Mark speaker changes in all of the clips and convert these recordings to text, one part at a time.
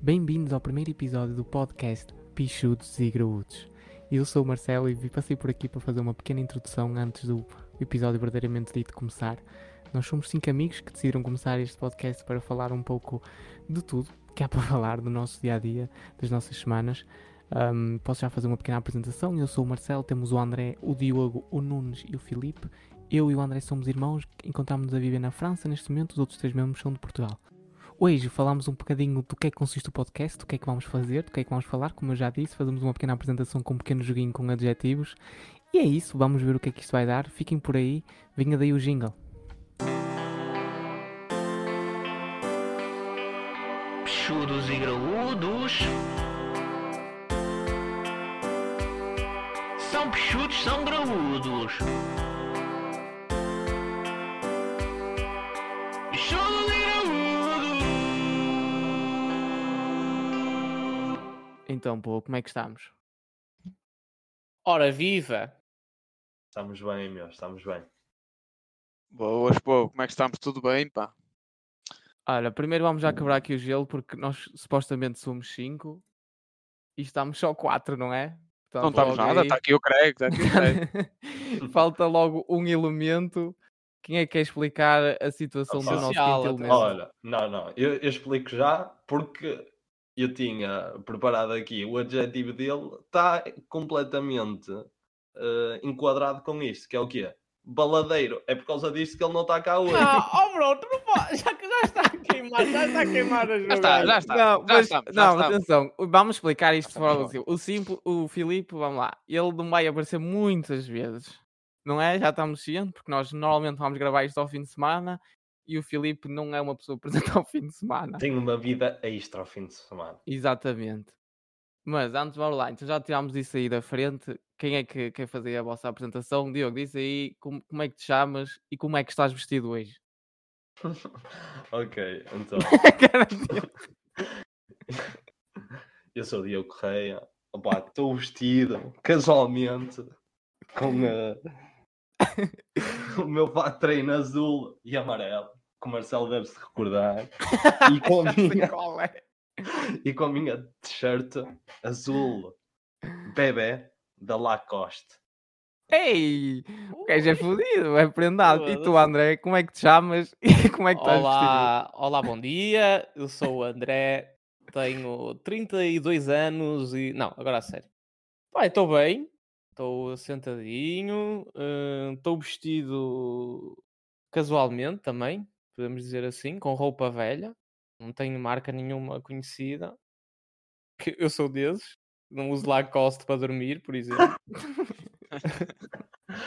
Speaker 1: Bem-vindos ao primeiro episódio do podcast Pichudos e Graúdos. Eu sou o Marcelo e vi- passei por aqui para fazer uma pequena introdução antes do episódio verdadeiramente dito começar. Nós somos cinco amigos que decidiram começar este podcast para falar um pouco de tudo que há para falar do nosso dia a dia, das nossas semanas. Ahm, posso já fazer uma pequena apresentação? Eu sou o Marcelo, temos o André, o Diogo, o Nunes e o Filipe. Eu e o André somos irmãos, encontramos-nos a viver na França neste momento, os outros três membros são de Portugal. Hoje falámos um bocadinho do que é que consiste o podcast, do que é que vamos fazer, do que é que vamos falar, como eu já disse, fazemos uma pequena apresentação com um pequeno joguinho com adjetivos. E é isso, vamos ver o que é que isto vai dar. Fiquem por aí, vinha daí o jingle.
Speaker 2: Chudos e graúdos. São peixudos, são graúdos. Chudos e graúdos.
Speaker 1: Então, pô, como é que estamos?
Speaker 3: Ora viva!
Speaker 4: Estamos bem, meu, estamos bem.
Speaker 5: Boas, pô, como é que estamos? Tudo bem, pá?
Speaker 1: Olha, primeiro vamos
Speaker 5: Hum.
Speaker 1: já quebrar aqui o gelo, porque nós supostamente somos 5 e estamos só 4, não é? Portanto,
Speaker 5: Não estamos
Speaker 1: logo
Speaker 5: nada, tá
Speaker 1: aí-
Speaker 5: está aqui o Craig, está aqui o Craig.
Speaker 1: Falta logo um elemento. Quem é que quer explicar a situação do nosso
Speaker 3: Social,
Speaker 1: quinto
Speaker 3: até.
Speaker 1: elemento?
Speaker 4: Olha, não, não, eu, eu explico já porque eu tinha preparado aqui o adjetivo dele, está completamente eh, enquadrado com isto, que é o quê? Baladeiro. É por causa disto que ele não está cá hoje.
Speaker 3: Ah, oh bro, tu não podes, já, já está a queimar, já está a queimar as
Speaker 5: Já está, já está,
Speaker 1: Não,
Speaker 5: já
Speaker 1: mas-
Speaker 5: estamos, já
Speaker 1: não,
Speaker 5: estamos. Então
Speaker 1: atenção, vamos explicar isto de
Speaker 5: estamos
Speaker 1: forma assim. O simples, o Filipe, vamos lá, ele não vai aparecer muitas vezes, não é? Já estamos cientes, porque nós normalmente vamos gravar isto ao fim de semana e o Filipe não é uma pessoa presente ao fim de semana.
Speaker 4: Tenho uma vida extra ao fim de semana.
Speaker 1: Exatamente. Mas antes, vamos lá, então já tirámos isso aí da frente. Quem é que quer fazer a vossa apresentação? Diogo, diz aí como, como é que te chamas e como é que estás vestido hoje?
Speaker 4: Ok, então.
Speaker 1: Cara, Diogo,
Speaker 4: Eu sou o Diogo Correia. Opá, estou vestido casualmente com eh, o meu fato de treino azul e amarelo, que o Marcelo deve se recordar, e com a
Speaker 1: sei
Speaker 4: minha,
Speaker 1: qual é.
Speaker 4: e com a minha t-shirt azul bebê da Lacoste.
Speaker 1: Ei!
Speaker 3: Uh.
Speaker 1: O gajo é fodido, é prendado. E tu,
Speaker 3: Foda-se.
Speaker 1: André, como é que te chamas e como é que estás vestido?
Speaker 3: Olá, olá, bom dia, eu sou o André, tenho 32 anos e... Não, agora a sério. Pá, estou bem, estou sentadinho, hum, estou vestido casualmente também, podemos dizer assim, com roupa velha, não tenho marca nenhuma conhecida, que eu sou desses, não uso Lacoste para dormir, por exemplo.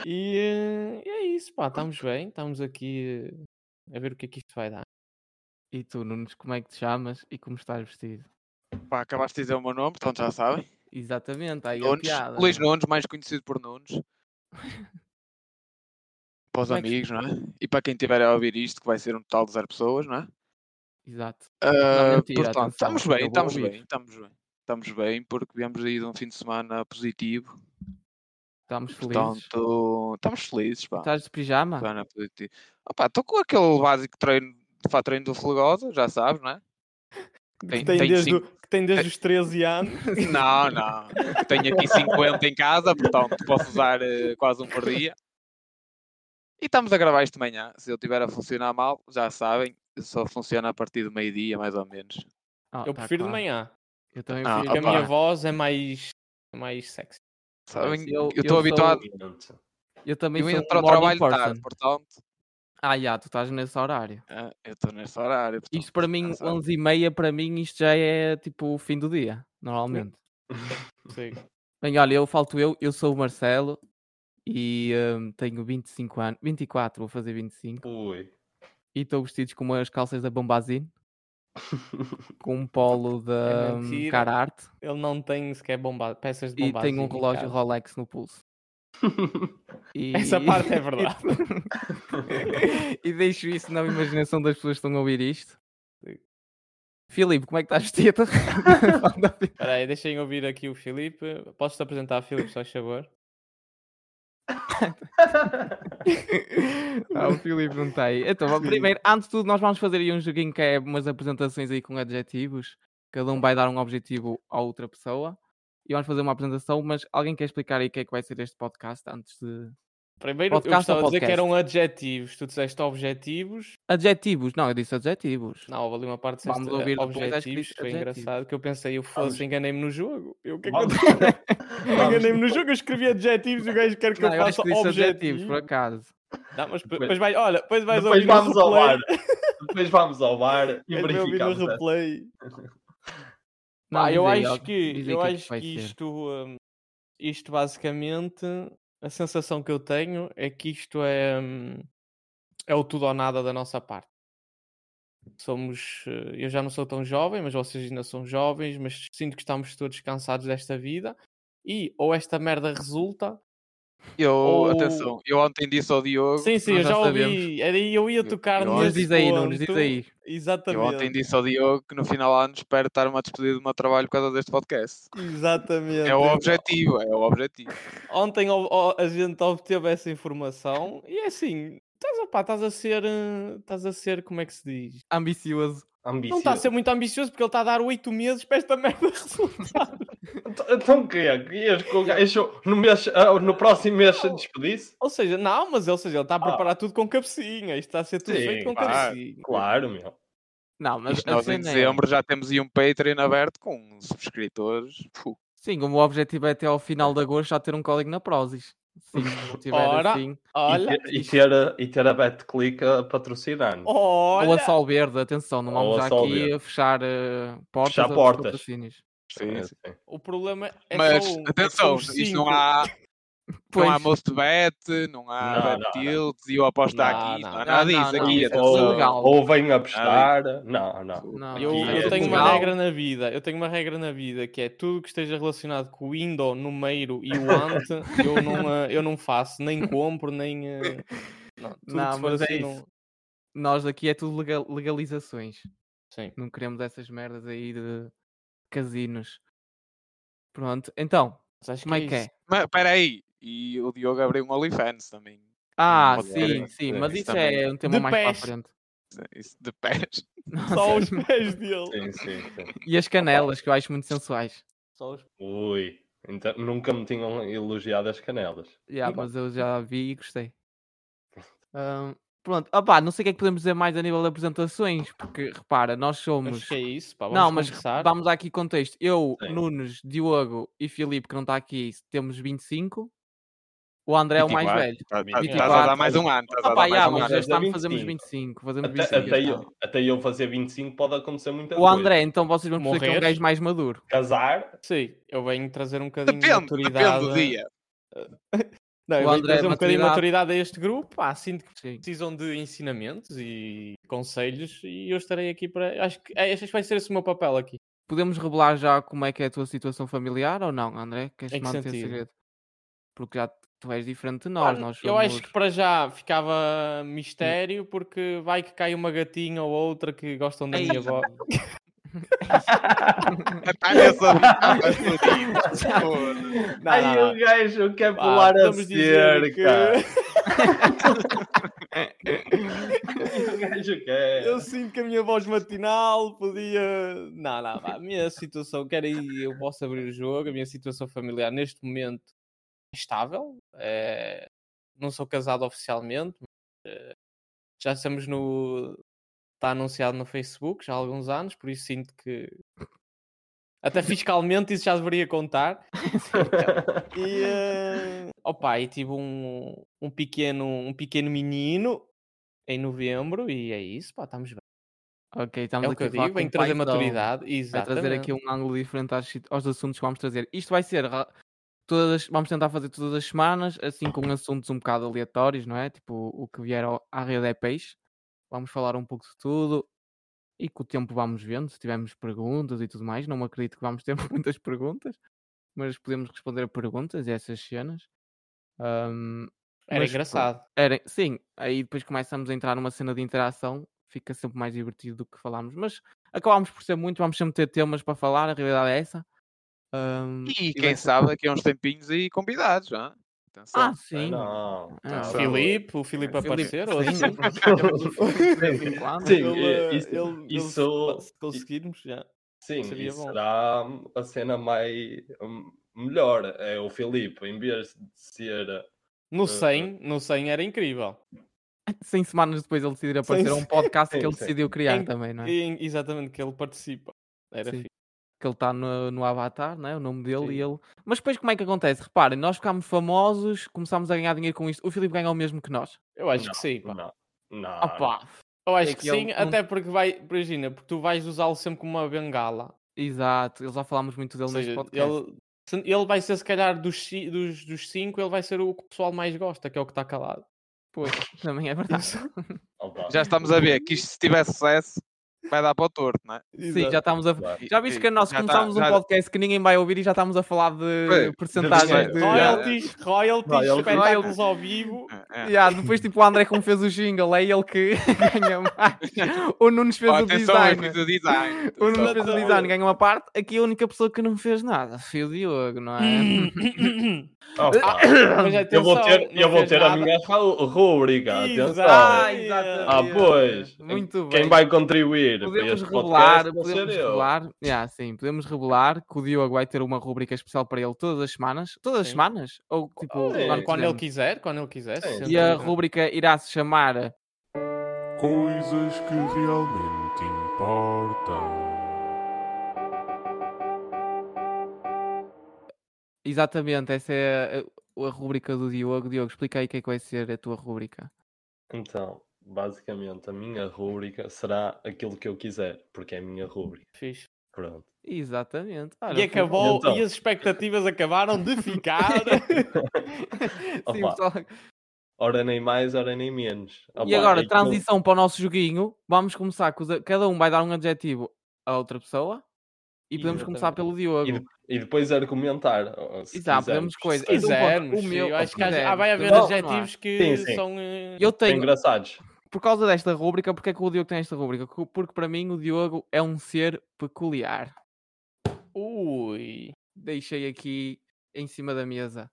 Speaker 3: e, eh, e é isso, pá, estamos bem, estamos aqui eh, a ver o que é que isto vai dar.
Speaker 1: E tu, Nunes, como é que te chamas e como estás vestido?
Speaker 5: Pá, acabaste de dizer o meu nome, portanto já sabem.
Speaker 1: Exatamente, aí a
Speaker 5: Nunes, né?
Speaker 1: piada. né?
Speaker 5: Luís Nunes, mais conhecido por Nunes. Para os
Speaker 1: Como é que-
Speaker 5: amigos, não é? E para quem estiver a ouvir isto, que vai ser um total de zero pessoas, não é?
Speaker 1: Exato.
Speaker 5: Ah,
Speaker 1: mentira,
Speaker 5: portanto,
Speaker 1: atenção,
Speaker 5: estamos
Speaker 1: eu
Speaker 5: bem,
Speaker 1: vou
Speaker 5: estamos
Speaker 1: ouvir.
Speaker 5: bem, estamos bem. Estamos bem, porque viemos aí de um fim de semana positivo.
Speaker 1: Estamos felizes. Tá.
Speaker 5: Portanto, estamos felizes, pá.
Speaker 1: Estás de pijama?
Speaker 5: Semana positiva. Opa, estou com aquele básico treino, fato treino do Flegosa, já sabes, não é? Tem- tem cinco-
Speaker 3: que tem desde os 13 anos.
Speaker 5: Não, não. Eu Tenho aqui 50 em casa, portanto posso usar eh, quase um por dia. E estamos a gravar isto de manhã. Se eu estiver a funcionar mal, já sabem, só funciona a partir do meio-dia, mais ou menos.
Speaker 1: Ah,
Speaker 3: Eu
Speaker 1: tá
Speaker 3: prefiro de
Speaker 1: claro.
Speaker 3: manhã,
Speaker 1: Eu também
Speaker 5: Ah,
Speaker 1: prefiro
Speaker 3: porque
Speaker 1: de
Speaker 5: opa.
Speaker 3: a minha
Speaker 1: manhã.
Speaker 3: voz é mais, é mais sexy.
Speaker 5: Sabem,
Speaker 1: eu-
Speaker 5: eu
Speaker 1: eu
Speaker 5: estou habituado.
Speaker 4: Obviamente.
Speaker 1: Eu também
Speaker 5: Eu
Speaker 1: sou
Speaker 5: entro
Speaker 1: um
Speaker 5: ao
Speaker 1: morning
Speaker 5: trabalho
Speaker 1: person.
Speaker 5: tarde, portanto.
Speaker 1: Ah, já, tu estás nesse horário.
Speaker 5: ah, eu estou nesse horário. portanto,
Speaker 1: Isto para mim,
Speaker 5: cansado.
Speaker 1: 11h30, para mim, isto já é tipo o fim do dia, normalmente.
Speaker 3: Sim.
Speaker 1: Bem, olha, eu falto eu, eu sou o Marcelo e hum, tenho 25 anos, 24, vou fazer 25,
Speaker 4: Ui.
Speaker 1: e estou vestido com umas calças da Bombazine, com um polo da hum,
Speaker 3: É mentira.
Speaker 1: Carhartt
Speaker 3: Ele não tem sequer bomba, peças de
Speaker 1: e
Speaker 3: bomba. assim
Speaker 1: tenho um relógio Rolex no pulso. E-
Speaker 3: Essa parte é
Speaker 1: e
Speaker 3: verdade.
Speaker 1: e deixo isso na imaginação das pessoas que estão a ouvir isto. Filipe, como é que estás vestido?
Speaker 3: Espera aí, deixem ouvir aqui o Filipe. Posso-te apresentar, Filipe, se faz favor?
Speaker 1: ah, o Filipe não está aí. Então, vá, primeiro, antes de tudo, nós vamos fazer aí um joguinho que é umas apresentações aí com adjetivos. Cada um vai dar um objetivo à outra pessoa e vamos fazer uma apresentação, mas alguém quer explicar aí o que é que vai ser este podcast antes de.
Speaker 3: Primeiro, eu
Speaker 1: Podcast ou
Speaker 3: gostava de dizer que
Speaker 1: podcast?
Speaker 3: eram adjetivos. Tu disseste objetivos.
Speaker 1: Adjetivos, não, eu disse adjetivos.
Speaker 3: Não, houve ali uma parte
Speaker 1: Vamos
Speaker 3: disseste, eh,
Speaker 1: ouvir depois, acho que
Speaker 3: objetivos,
Speaker 1: disse
Speaker 3: que foi
Speaker 1: adjetivos.
Speaker 3: engraçado, que eu pensei, eu fosse, enganei-me no jogo. Eu, o que é que eu
Speaker 4: Vamos-
Speaker 3: Eu
Speaker 4: vamos-
Speaker 3: Enganei-me no jogo, eu escrevi adjetivos e o gajo quer que
Speaker 1: Não,
Speaker 3: eu
Speaker 1: eu acho
Speaker 3: faça
Speaker 1: que disse
Speaker 3: objetivos.
Speaker 1: adjetivos, por acaso.
Speaker 3: Não, mas
Speaker 4: Depois-
Speaker 3: depois vai, olha, depois vais
Speaker 4: Depois
Speaker 3: ouvir
Speaker 4: vamos
Speaker 3: no
Speaker 4: ao
Speaker 3: replay.
Speaker 4: bar. Depois vamos ao bar e
Speaker 3: Depois vai ouvir
Speaker 4: verificamos.
Speaker 3: no replay.
Speaker 1: Não,
Speaker 3: Pá, eu
Speaker 1: diz aí,
Speaker 3: acho
Speaker 1: ó,
Speaker 3: que,
Speaker 1: diz aí
Speaker 3: eu
Speaker 1: o é
Speaker 3: acho
Speaker 1: vai
Speaker 3: que
Speaker 1: ser.
Speaker 3: isto, hum, isto basicamente, a sensação que eu tenho é que isto é, hum, é o tudo ou nada da nossa parte. Somos, eh, eu já não sou tão jovem, mas vocês ainda são jovens, mas sinto que estamos todos cansados desta vida. E ou esta merda resulta,
Speaker 5: Eu,
Speaker 3: Ou-
Speaker 5: atenção, eu ontem disse ao Diogo.
Speaker 3: Sim, sim,
Speaker 5: nós
Speaker 3: eu já
Speaker 5: sabemos.
Speaker 3: ouvi. Era aí eu ia
Speaker 5: Eu-
Speaker 3: tocar
Speaker 5: eu
Speaker 3: no
Speaker 5: acho-
Speaker 1: Mas
Speaker 3: nesse
Speaker 1: diz aí, Nunes, diz
Speaker 3: ponto.
Speaker 1: aí.
Speaker 5: Eu ontem
Speaker 3: Exatamente.
Speaker 5: disse ao Diogo que no final do ano espero estar-me a despedir do meu trabalho por causa deste podcast.
Speaker 3: Exatamente.
Speaker 5: É o objetivo, é o objetivo.
Speaker 3: Ontem o- o- a gente obteve essa informação e é assim, estás, opá, estás a ser, eh, estás a ser, como é que se diz?
Speaker 1: Ambicioso.
Speaker 3: Não tá está a ser muito ambicioso porque ele está a dar oito meses para esta merda resultar.
Speaker 4: Então queria que ias com o gajo no, mês, ah, no próximo mês se despedisse?
Speaker 3: ou seja, não, mas ou seja, ele
Speaker 5: Ah.
Speaker 3: está a preparar tudo com cabecinha. Isto está a ser tudo
Speaker 4: Sim,
Speaker 3: feito com
Speaker 5: claro,
Speaker 3: cabecinha.
Speaker 4: Claro, meu.
Speaker 1: Não, mas
Speaker 5: Isto
Speaker 1: a
Speaker 5: nós em
Speaker 1: cena é-
Speaker 5: dezembro já temos aí um Patreon aberto com subscritores. Fu.
Speaker 1: Sim, como o objetivo é até ao final de agosto já ter um código na Prozis. Se não tiver
Speaker 3: Ora,
Speaker 1: assim.
Speaker 3: Olha,
Speaker 4: E ter- E ter, a- e ter a BetClick a patrocinar-nos.
Speaker 3: Oh,
Speaker 1: Ou a
Speaker 3: olha.
Speaker 1: Sol Verde, atenção, não
Speaker 4: Ou
Speaker 1: vamos
Speaker 4: a
Speaker 1: já
Speaker 4: Sol
Speaker 1: aqui
Speaker 4: Verde.
Speaker 1: a fechar eh, portas.
Speaker 4: Fechar
Speaker 1: a- dos
Speaker 4: portas.
Speaker 1: patrocínios.
Speaker 5: Sim, sim.
Speaker 3: O problema é
Speaker 5: Mas
Speaker 3: só um, é que
Speaker 5: atenção,
Speaker 3: somos
Speaker 5: isto não
Speaker 3: cinco.
Speaker 5: há, não há
Speaker 1: Pois.
Speaker 5: Most Bet, não há
Speaker 4: Não,
Speaker 5: Bet
Speaker 4: não, não.
Speaker 5: Tilt e eu aposto
Speaker 3: Não,
Speaker 5: aqui. Isto
Speaker 3: não,
Speaker 5: Não, há
Speaker 1: não,
Speaker 5: nada
Speaker 1: não,
Speaker 5: disso
Speaker 1: não,
Speaker 5: aqui.
Speaker 1: isso é
Speaker 5: atenção.
Speaker 1: tudo
Speaker 4: ou,
Speaker 1: legal.
Speaker 4: ou vêm apostar. Não, não.
Speaker 1: Não,
Speaker 4: Ah,
Speaker 3: Eu,
Speaker 4: e
Speaker 1: não,
Speaker 3: eu
Speaker 1: é
Speaker 4: é
Speaker 3: tenho uma
Speaker 1: legal.
Speaker 3: regra na vida, eu tenho uma regra na vida que é tudo que esteja relacionado com o window, número e o ant, eu não, eh, eu não faço, nem compro, nem. eh, Não, tudo
Speaker 1: Não,
Speaker 3: que for
Speaker 1: mas é
Speaker 3: assim,
Speaker 1: isso.
Speaker 3: não-
Speaker 1: Nós aqui é tudo legal- legalizações.
Speaker 3: Sim.
Speaker 1: Não queremos essas merdas aí de casinos. Pronto, então,
Speaker 3: Mas acho
Speaker 1: como é que é?
Speaker 5: Mas peraí, e o Diogo abriu um OnlyFans também.
Speaker 1: Ah,
Speaker 4: Hum,
Speaker 5: Pode ser,
Speaker 1: sim,
Speaker 5: pode
Speaker 1: sim,
Speaker 5: ser,
Speaker 1: mas
Speaker 5: isso
Speaker 1: isso
Speaker 5: também.
Speaker 1: é um tema
Speaker 3: De
Speaker 1: mais
Speaker 3: pés.
Speaker 1: para a frente.
Speaker 5: Isso de pés.
Speaker 3: Só os pés dele.
Speaker 4: Sim, sim, sim.
Speaker 1: E as canelas, que eu acho muito sensuais.
Speaker 3: Só os...
Speaker 4: Ui. Então, nunca me tinham elogiado as canelas.
Speaker 1: Yeah,
Speaker 4: Muito bem.
Speaker 1: mas eu já vi e gostei. Ahm, pronto, opá, não sei o que é que podemos dizer mais a nível de apresentações, porque repara, nós somos.
Speaker 3: Acho que é isso, pá, vamos
Speaker 1: Não, mas
Speaker 3: começar.
Speaker 1: vamos dar aqui contexto. Eu,
Speaker 4: Tá? Sim.
Speaker 1: Nunes, Diogo e Filipe, que não está aqui, temos 25. O André é o mais
Speaker 5: 24,
Speaker 1: velho.
Speaker 5: tá- tá- Estás a
Speaker 1: 24.
Speaker 5: dar mais um ano. Estás a
Speaker 1: Opá,
Speaker 5: dar
Speaker 1: yeah,
Speaker 5: mais um
Speaker 1: mas
Speaker 3: é
Speaker 5: ano.
Speaker 1: já
Speaker 4: Dá
Speaker 1: estamos, fazemos 25.
Speaker 4: 25.
Speaker 1: Fazemos 25.
Speaker 4: Até, até eu, até eu fazer 25 pode acontecer muita
Speaker 1: O
Speaker 4: coisa.
Speaker 1: André, então vocês vão perceber que é um
Speaker 3: Morrer.
Speaker 1: gajo mais maduro.
Speaker 4: Casar.
Speaker 3: Sim, eu venho trazer um bocadinho de
Speaker 5: Depende, depende
Speaker 3: maturidade. é. eh,
Speaker 5: do dia.
Speaker 1: O
Speaker 3: Não, eu venho
Speaker 1: André,
Speaker 3: trazer um bocadinho de
Speaker 1: maturidade.
Speaker 3: maturidade a este grupo. Pá, sinto que
Speaker 1: Sim.
Speaker 3: precisam de ensinamentos e conselhos e eu estarei aqui para. Acho que, eh, acho que vai ser esse o meu papel aqui.
Speaker 1: Podemos revelar já como é que é a tua situação familiar ou não, André? Queres
Speaker 3: Em que
Speaker 1: manter
Speaker 3: sentido?
Speaker 1: segredo? Porque já tu és diferente de
Speaker 3: Pá,
Speaker 1: nós. nós
Speaker 3: Eu acho
Speaker 1: somos-
Speaker 3: que para já ficava mistério, porque vai que cai uma gatinha ou outra que gostam da
Speaker 1: Ei.
Speaker 3: minha voz.
Speaker 5: Está nessa. estás fodido.
Speaker 3: Não,
Speaker 4: Aí
Speaker 3: não, não.
Speaker 4: o gajo quer
Speaker 3: Pá,
Speaker 4: pular a
Speaker 3: podemos Ah, dizer que-
Speaker 4: cerca. o gajo quer.
Speaker 3: Eu sinto que a minha voz matinal podia. Não, não, pá, a minha situação, quero aí, eu posso abrir o jogo, a minha situação familiar neste momento é estável. eh, Não sou casado oficialmente, mas, eh, já estamos no. Está anunciado no Facebook já há alguns anos, por isso sinto que. Até fiscalmente isso já deveria contar. E, eh, opa, e tive um, um, pequeno, um pequeno menino em novembro e é isso, pá, estamos bem.
Speaker 1: Ok, estamos
Speaker 3: É o
Speaker 1: aqui
Speaker 3: que eu
Speaker 1: a falar
Speaker 3: digo, vem
Speaker 1: com um pai
Speaker 3: trazer
Speaker 1: que dá um-
Speaker 3: maturidade.
Speaker 1: Vai
Speaker 3: Exatamente.
Speaker 1: trazer aqui um ângulo diferente aos, sit- aos assuntos que vamos trazer. Isto vai ser. ra- Todas, as- vamos tentar fazer todas as semanas, assim com assuntos um bocado aleatórios, não é? Tipo, o que vier ao, à rede é peixe. Vamos falar um pouco de tudo e com o tempo vamos vendo, se tivermos perguntas e tudo mais. Não acredito que vamos ter muitas perguntas, mas podemos responder a perguntas e essas cenas. Ahm, mas
Speaker 3: Era
Speaker 1: pronto.
Speaker 3: engraçado.
Speaker 1: Era, sim, aí depois começamos a entrar numa cena de interação, fica sempre mais divertido do que falámos, mas acabámos por ser muito, vamos sempre ter temas para falar, a realidade é essa. Ahm,
Speaker 5: E
Speaker 1: vai
Speaker 5: quem
Speaker 1: ser-
Speaker 5: sabe daqui a uns tempinhos aí convidados, não é? Atenção.
Speaker 1: Ah, sim.
Speaker 4: Não.
Speaker 1: Ah,
Speaker 4: não.
Speaker 1: o
Speaker 3: Filipe, o Filipe
Speaker 1: Filipe,
Speaker 3: aparecer hoje.
Speaker 1: sim, temos o Filipe de vez em quando.
Speaker 4: Sim,
Speaker 3: Ele,
Speaker 4: isso-
Speaker 3: ele- ele-
Speaker 4: isso-
Speaker 3: se conseguirmos, já.
Speaker 4: Sim,
Speaker 3: Seria
Speaker 4: e
Speaker 3: bom.
Speaker 4: será a cena mais hum, melhor. É o Filipe, em vez de ser.
Speaker 3: No 100, no 100 era incrível.
Speaker 1: 100 semanas depois ele decidir aparecer a um
Speaker 3: se-
Speaker 1: podcast
Speaker 4: sim,
Speaker 1: que ele
Speaker 4: sim.
Speaker 1: decidiu criar
Speaker 3: Em-
Speaker 1: também, não é?
Speaker 3: E- exatamente, que ele participa. Era
Speaker 1: Sim.
Speaker 3: fixe.
Speaker 1: que ele está no, no Avatar, né? o nome dele e
Speaker 3: Sim.
Speaker 1: ele. Mas depois como é que acontece? Reparem, nós ficámos famosos, começámos a ganhar dinheiro com isto. O Filipe ganha o mesmo que nós.
Speaker 3: Eu acho
Speaker 4: Não,
Speaker 3: que sim, pá.
Speaker 4: Não, não.
Speaker 1: Opa!
Speaker 3: Eu acho
Speaker 1: É
Speaker 3: que
Speaker 1: que ele
Speaker 3: sim,
Speaker 1: não-
Speaker 3: até porque vai, imagina, porque tu vais usá-lo sempre como uma bengala.
Speaker 1: Exato, ele já falámos muito dele
Speaker 3: Ou seja,
Speaker 1: neste podcast.
Speaker 3: ele, se- ele vai ser, se calhar, dos, ci- dos, dos cinco, ele vai ser o que o pessoal mais gosta, que é o que está calado.
Speaker 1: Pois, também é verdade. Sim,
Speaker 4: opa.
Speaker 5: Já estamos a ver que isto, se tiver sucesso, vai dar para o torto, não é?
Speaker 1: já estamos a.
Speaker 4: Claro.
Speaker 1: Já viste que nós
Speaker 5: Já tá-
Speaker 1: começámos um
Speaker 5: já-
Speaker 1: podcast que ninguém vai ouvir e já estamos a falar
Speaker 5: Pois,
Speaker 1: de
Speaker 5: de
Speaker 1: porcentagens
Speaker 4: dinheiro.
Speaker 1: de.
Speaker 5: Olha,
Speaker 3: Royalties, royalties,
Speaker 4: Royalties.
Speaker 3: espetáculos ao vivo.
Speaker 5: É, é.
Speaker 1: Yeah, depois, tipo, o André, como fez o jingle, é ele que ganha mais. O Nunes fez
Speaker 5: Oh,
Speaker 1: o
Speaker 5: atenção, eu
Speaker 1: design.
Speaker 5: fiz o design.
Speaker 1: O Nunes
Speaker 5: Atenção.
Speaker 1: fez o design, ganha uma parte. Aqui a única pessoa que não fez nada foi o Diogo, não
Speaker 4: Hum.
Speaker 1: é?
Speaker 4: Opa.
Speaker 3: Mas
Speaker 4: Eu vou
Speaker 3: atenção,
Speaker 4: ter,
Speaker 3: não
Speaker 4: eu vou
Speaker 3: fez
Speaker 4: ter a
Speaker 3: nada. Ah,
Speaker 4: minha ru- rúbrica. Atenção.
Speaker 3: Exato.
Speaker 1: Ah, exatamente.
Speaker 4: Ah, pois.
Speaker 1: Muito
Speaker 4: Quem
Speaker 1: bem.
Speaker 4: vai contribuir para
Speaker 1: Podemos
Speaker 4: este
Speaker 1: revelar,
Speaker 4: podcast vou ser
Speaker 1: podemos
Speaker 4: eu.
Speaker 1: revelar, yeah, sim, podemos revelar que o Diogo vai ter uma rubrica especial para ele todas as semanas, todas as
Speaker 3: Sim.
Speaker 1: semanas, ou tipo,
Speaker 4: sim.
Speaker 1: quando
Speaker 3: Quando, quando ele
Speaker 1: quisermos.
Speaker 3: quiser, quando ele quiser. é
Speaker 4: Sim.
Speaker 3: senta
Speaker 1: e a
Speaker 3: aí.
Speaker 1: rubrica irá se chamar
Speaker 6: Coisas que realmente importam.
Speaker 1: exatamente essa é a, a rubrica do Diogo. Diogo, explica aí o que é que vai ser a tua rubrica.
Speaker 4: Então, basicamente, a minha rúbrica será aquilo que eu quiser, porque é a minha rúbrica.
Speaker 3: Fixe.
Speaker 4: Pronto.
Speaker 1: Exatamente. Olha,
Speaker 3: E
Speaker 1: foi-
Speaker 3: acabou,
Speaker 4: Então.
Speaker 3: e as expectativas acabaram de ficar.
Speaker 1: Sim,
Speaker 4: Opa,
Speaker 1: pessoal.
Speaker 4: Ora nem mais, ora nem menos.
Speaker 1: E
Speaker 4: Opa, é
Speaker 1: agora,
Speaker 4: aquilo-
Speaker 1: transição para o nosso joguinho. Vamos começar com os a- cada um vai dar um adjetivo à outra pessoa e podemos começar
Speaker 3: Exatamente.
Speaker 1: pelo Diogo.
Speaker 4: E depois argumentar. oh, se
Speaker 1: Exato,
Speaker 4: quisermos.
Speaker 1: podemos coisa.
Speaker 4: Sim,
Speaker 1: E de um ponto,
Speaker 3: Quisermos,
Speaker 1: o meu-
Speaker 3: eu acho que
Speaker 1: ok.
Speaker 3: há- há- vai haver
Speaker 1: Não, não há.
Speaker 3: adjetivos que
Speaker 4: Sim, sim.
Speaker 3: são. eh,
Speaker 1: Eu
Speaker 4: são
Speaker 1: tenho
Speaker 4: engraçados.
Speaker 1: por causa desta rúbrica, porque é que o Diogo tem esta rúbrica? Co- Porque para mim o Diogo é um ser peculiar.
Speaker 3: Ui.
Speaker 1: Deixei aqui em cima da mesa.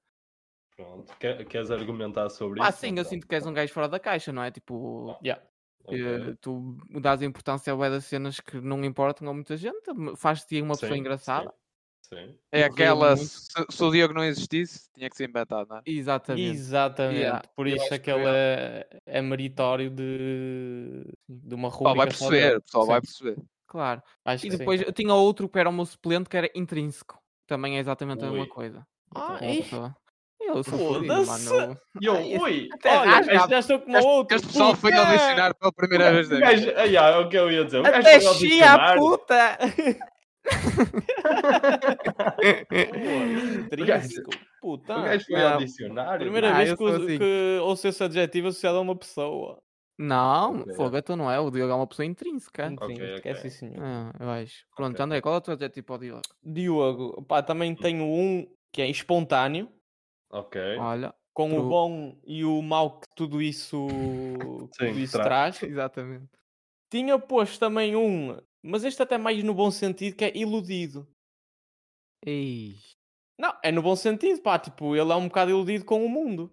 Speaker 4: Pronto. Que- Queres argumentar sobre
Speaker 1: Ah,
Speaker 4: isso? Então,
Speaker 1: sim, eu sinto que és um gajo fora da caixa, não é? Tipo,
Speaker 3: Yeah.
Speaker 1: eh, tu dás importância a bué das cenas que não importam a muita gente, m- faz-te uma pessoa engraçada.
Speaker 4: Sim. sim.
Speaker 5: É
Speaker 1: Eu rio
Speaker 5: aquela,
Speaker 1: muito.
Speaker 5: se, se o Diogo não existisse, tinha que ser inventado, não é?
Speaker 1: Exatamente.
Speaker 3: Exatamente.
Speaker 1: Yeah,
Speaker 3: Por
Speaker 1: eu
Speaker 3: isso
Speaker 1: acho
Speaker 3: é
Speaker 1: que
Speaker 3: que
Speaker 1: eu-
Speaker 3: ele é, é meritório de, de uma
Speaker 5: O pessoal
Speaker 3: rubrica.
Speaker 5: vai
Speaker 3: só dele.
Speaker 5: perceber, o pessoal
Speaker 3: Sim,
Speaker 5: vai perceber.
Speaker 1: Claro.
Speaker 3: Acho
Speaker 1: E
Speaker 3: que sim. Então,
Speaker 1: depois eu tinha outro que era o meu suplente, que era intrínseco. Também é exatamente a mesma
Speaker 4: Ui.
Speaker 1: coisa.
Speaker 3: Ah,
Speaker 1: Uma
Speaker 3: ih,
Speaker 1: pessoa- Eu sou fodido,
Speaker 3: Foda-se.
Speaker 1: mano.
Speaker 4: E eu,
Speaker 1: Ah, isso-
Speaker 4: ui!
Speaker 1: até
Speaker 4: olha,
Speaker 1: rasga.
Speaker 4: este-
Speaker 3: este já estou com uma
Speaker 5: Este-
Speaker 3: outra.
Speaker 5: Este pessoal foi ao
Speaker 3: puta!
Speaker 5: dicionário pela primeira vez
Speaker 4: o
Speaker 5: da vida.
Speaker 4: gajo- Ah, yeah, é o que eu ia dizer. O gajo
Speaker 1: Até
Speaker 4: foi ao
Speaker 1: chia a
Speaker 4: dicionário.
Speaker 1: puta!
Speaker 3: Pô, Intrínseco.
Speaker 4: O
Speaker 3: Putão.
Speaker 4: gajo foi ao
Speaker 1: Não.
Speaker 4: dicionário.
Speaker 3: Tá.
Speaker 4: é?
Speaker 3: Primeira
Speaker 1: Ah,
Speaker 3: vez
Speaker 1: eu
Speaker 3: que,
Speaker 1: sou
Speaker 3: uso-
Speaker 1: assim.
Speaker 3: que ouço esse adjetivo associado a uma pessoa.
Speaker 1: Não,
Speaker 4: Ok.
Speaker 1: fogo, então não é. O Diogo é uma pessoa intrínseca.
Speaker 3: Sim,
Speaker 4: ok,
Speaker 3: esquece isso, senhor.
Speaker 1: Ah, eu acho. Pronto,
Speaker 4: Ok.
Speaker 1: André, qual é o teu adjetivo ao Diogo?
Speaker 3: Diogo, pá, também tenho um que é espontâneo,
Speaker 4: Ok.
Speaker 1: Olha,
Speaker 3: com
Speaker 1: True.
Speaker 3: o bom e o mau que tudo isso, que
Speaker 4: Sim,
Speaker 3: tudo isso
Speaker 4: traz.
Speaker 3: traz.
Speaker 1: exatamente.
Speaker 3: Tinha posto também um, mas este até mais no bom sentido, que é iludido.
Speaker 1: Ei,
Speaker 3: Não, é no bom sentido, pá, tipo, ele é um bocado iludido com o mundo.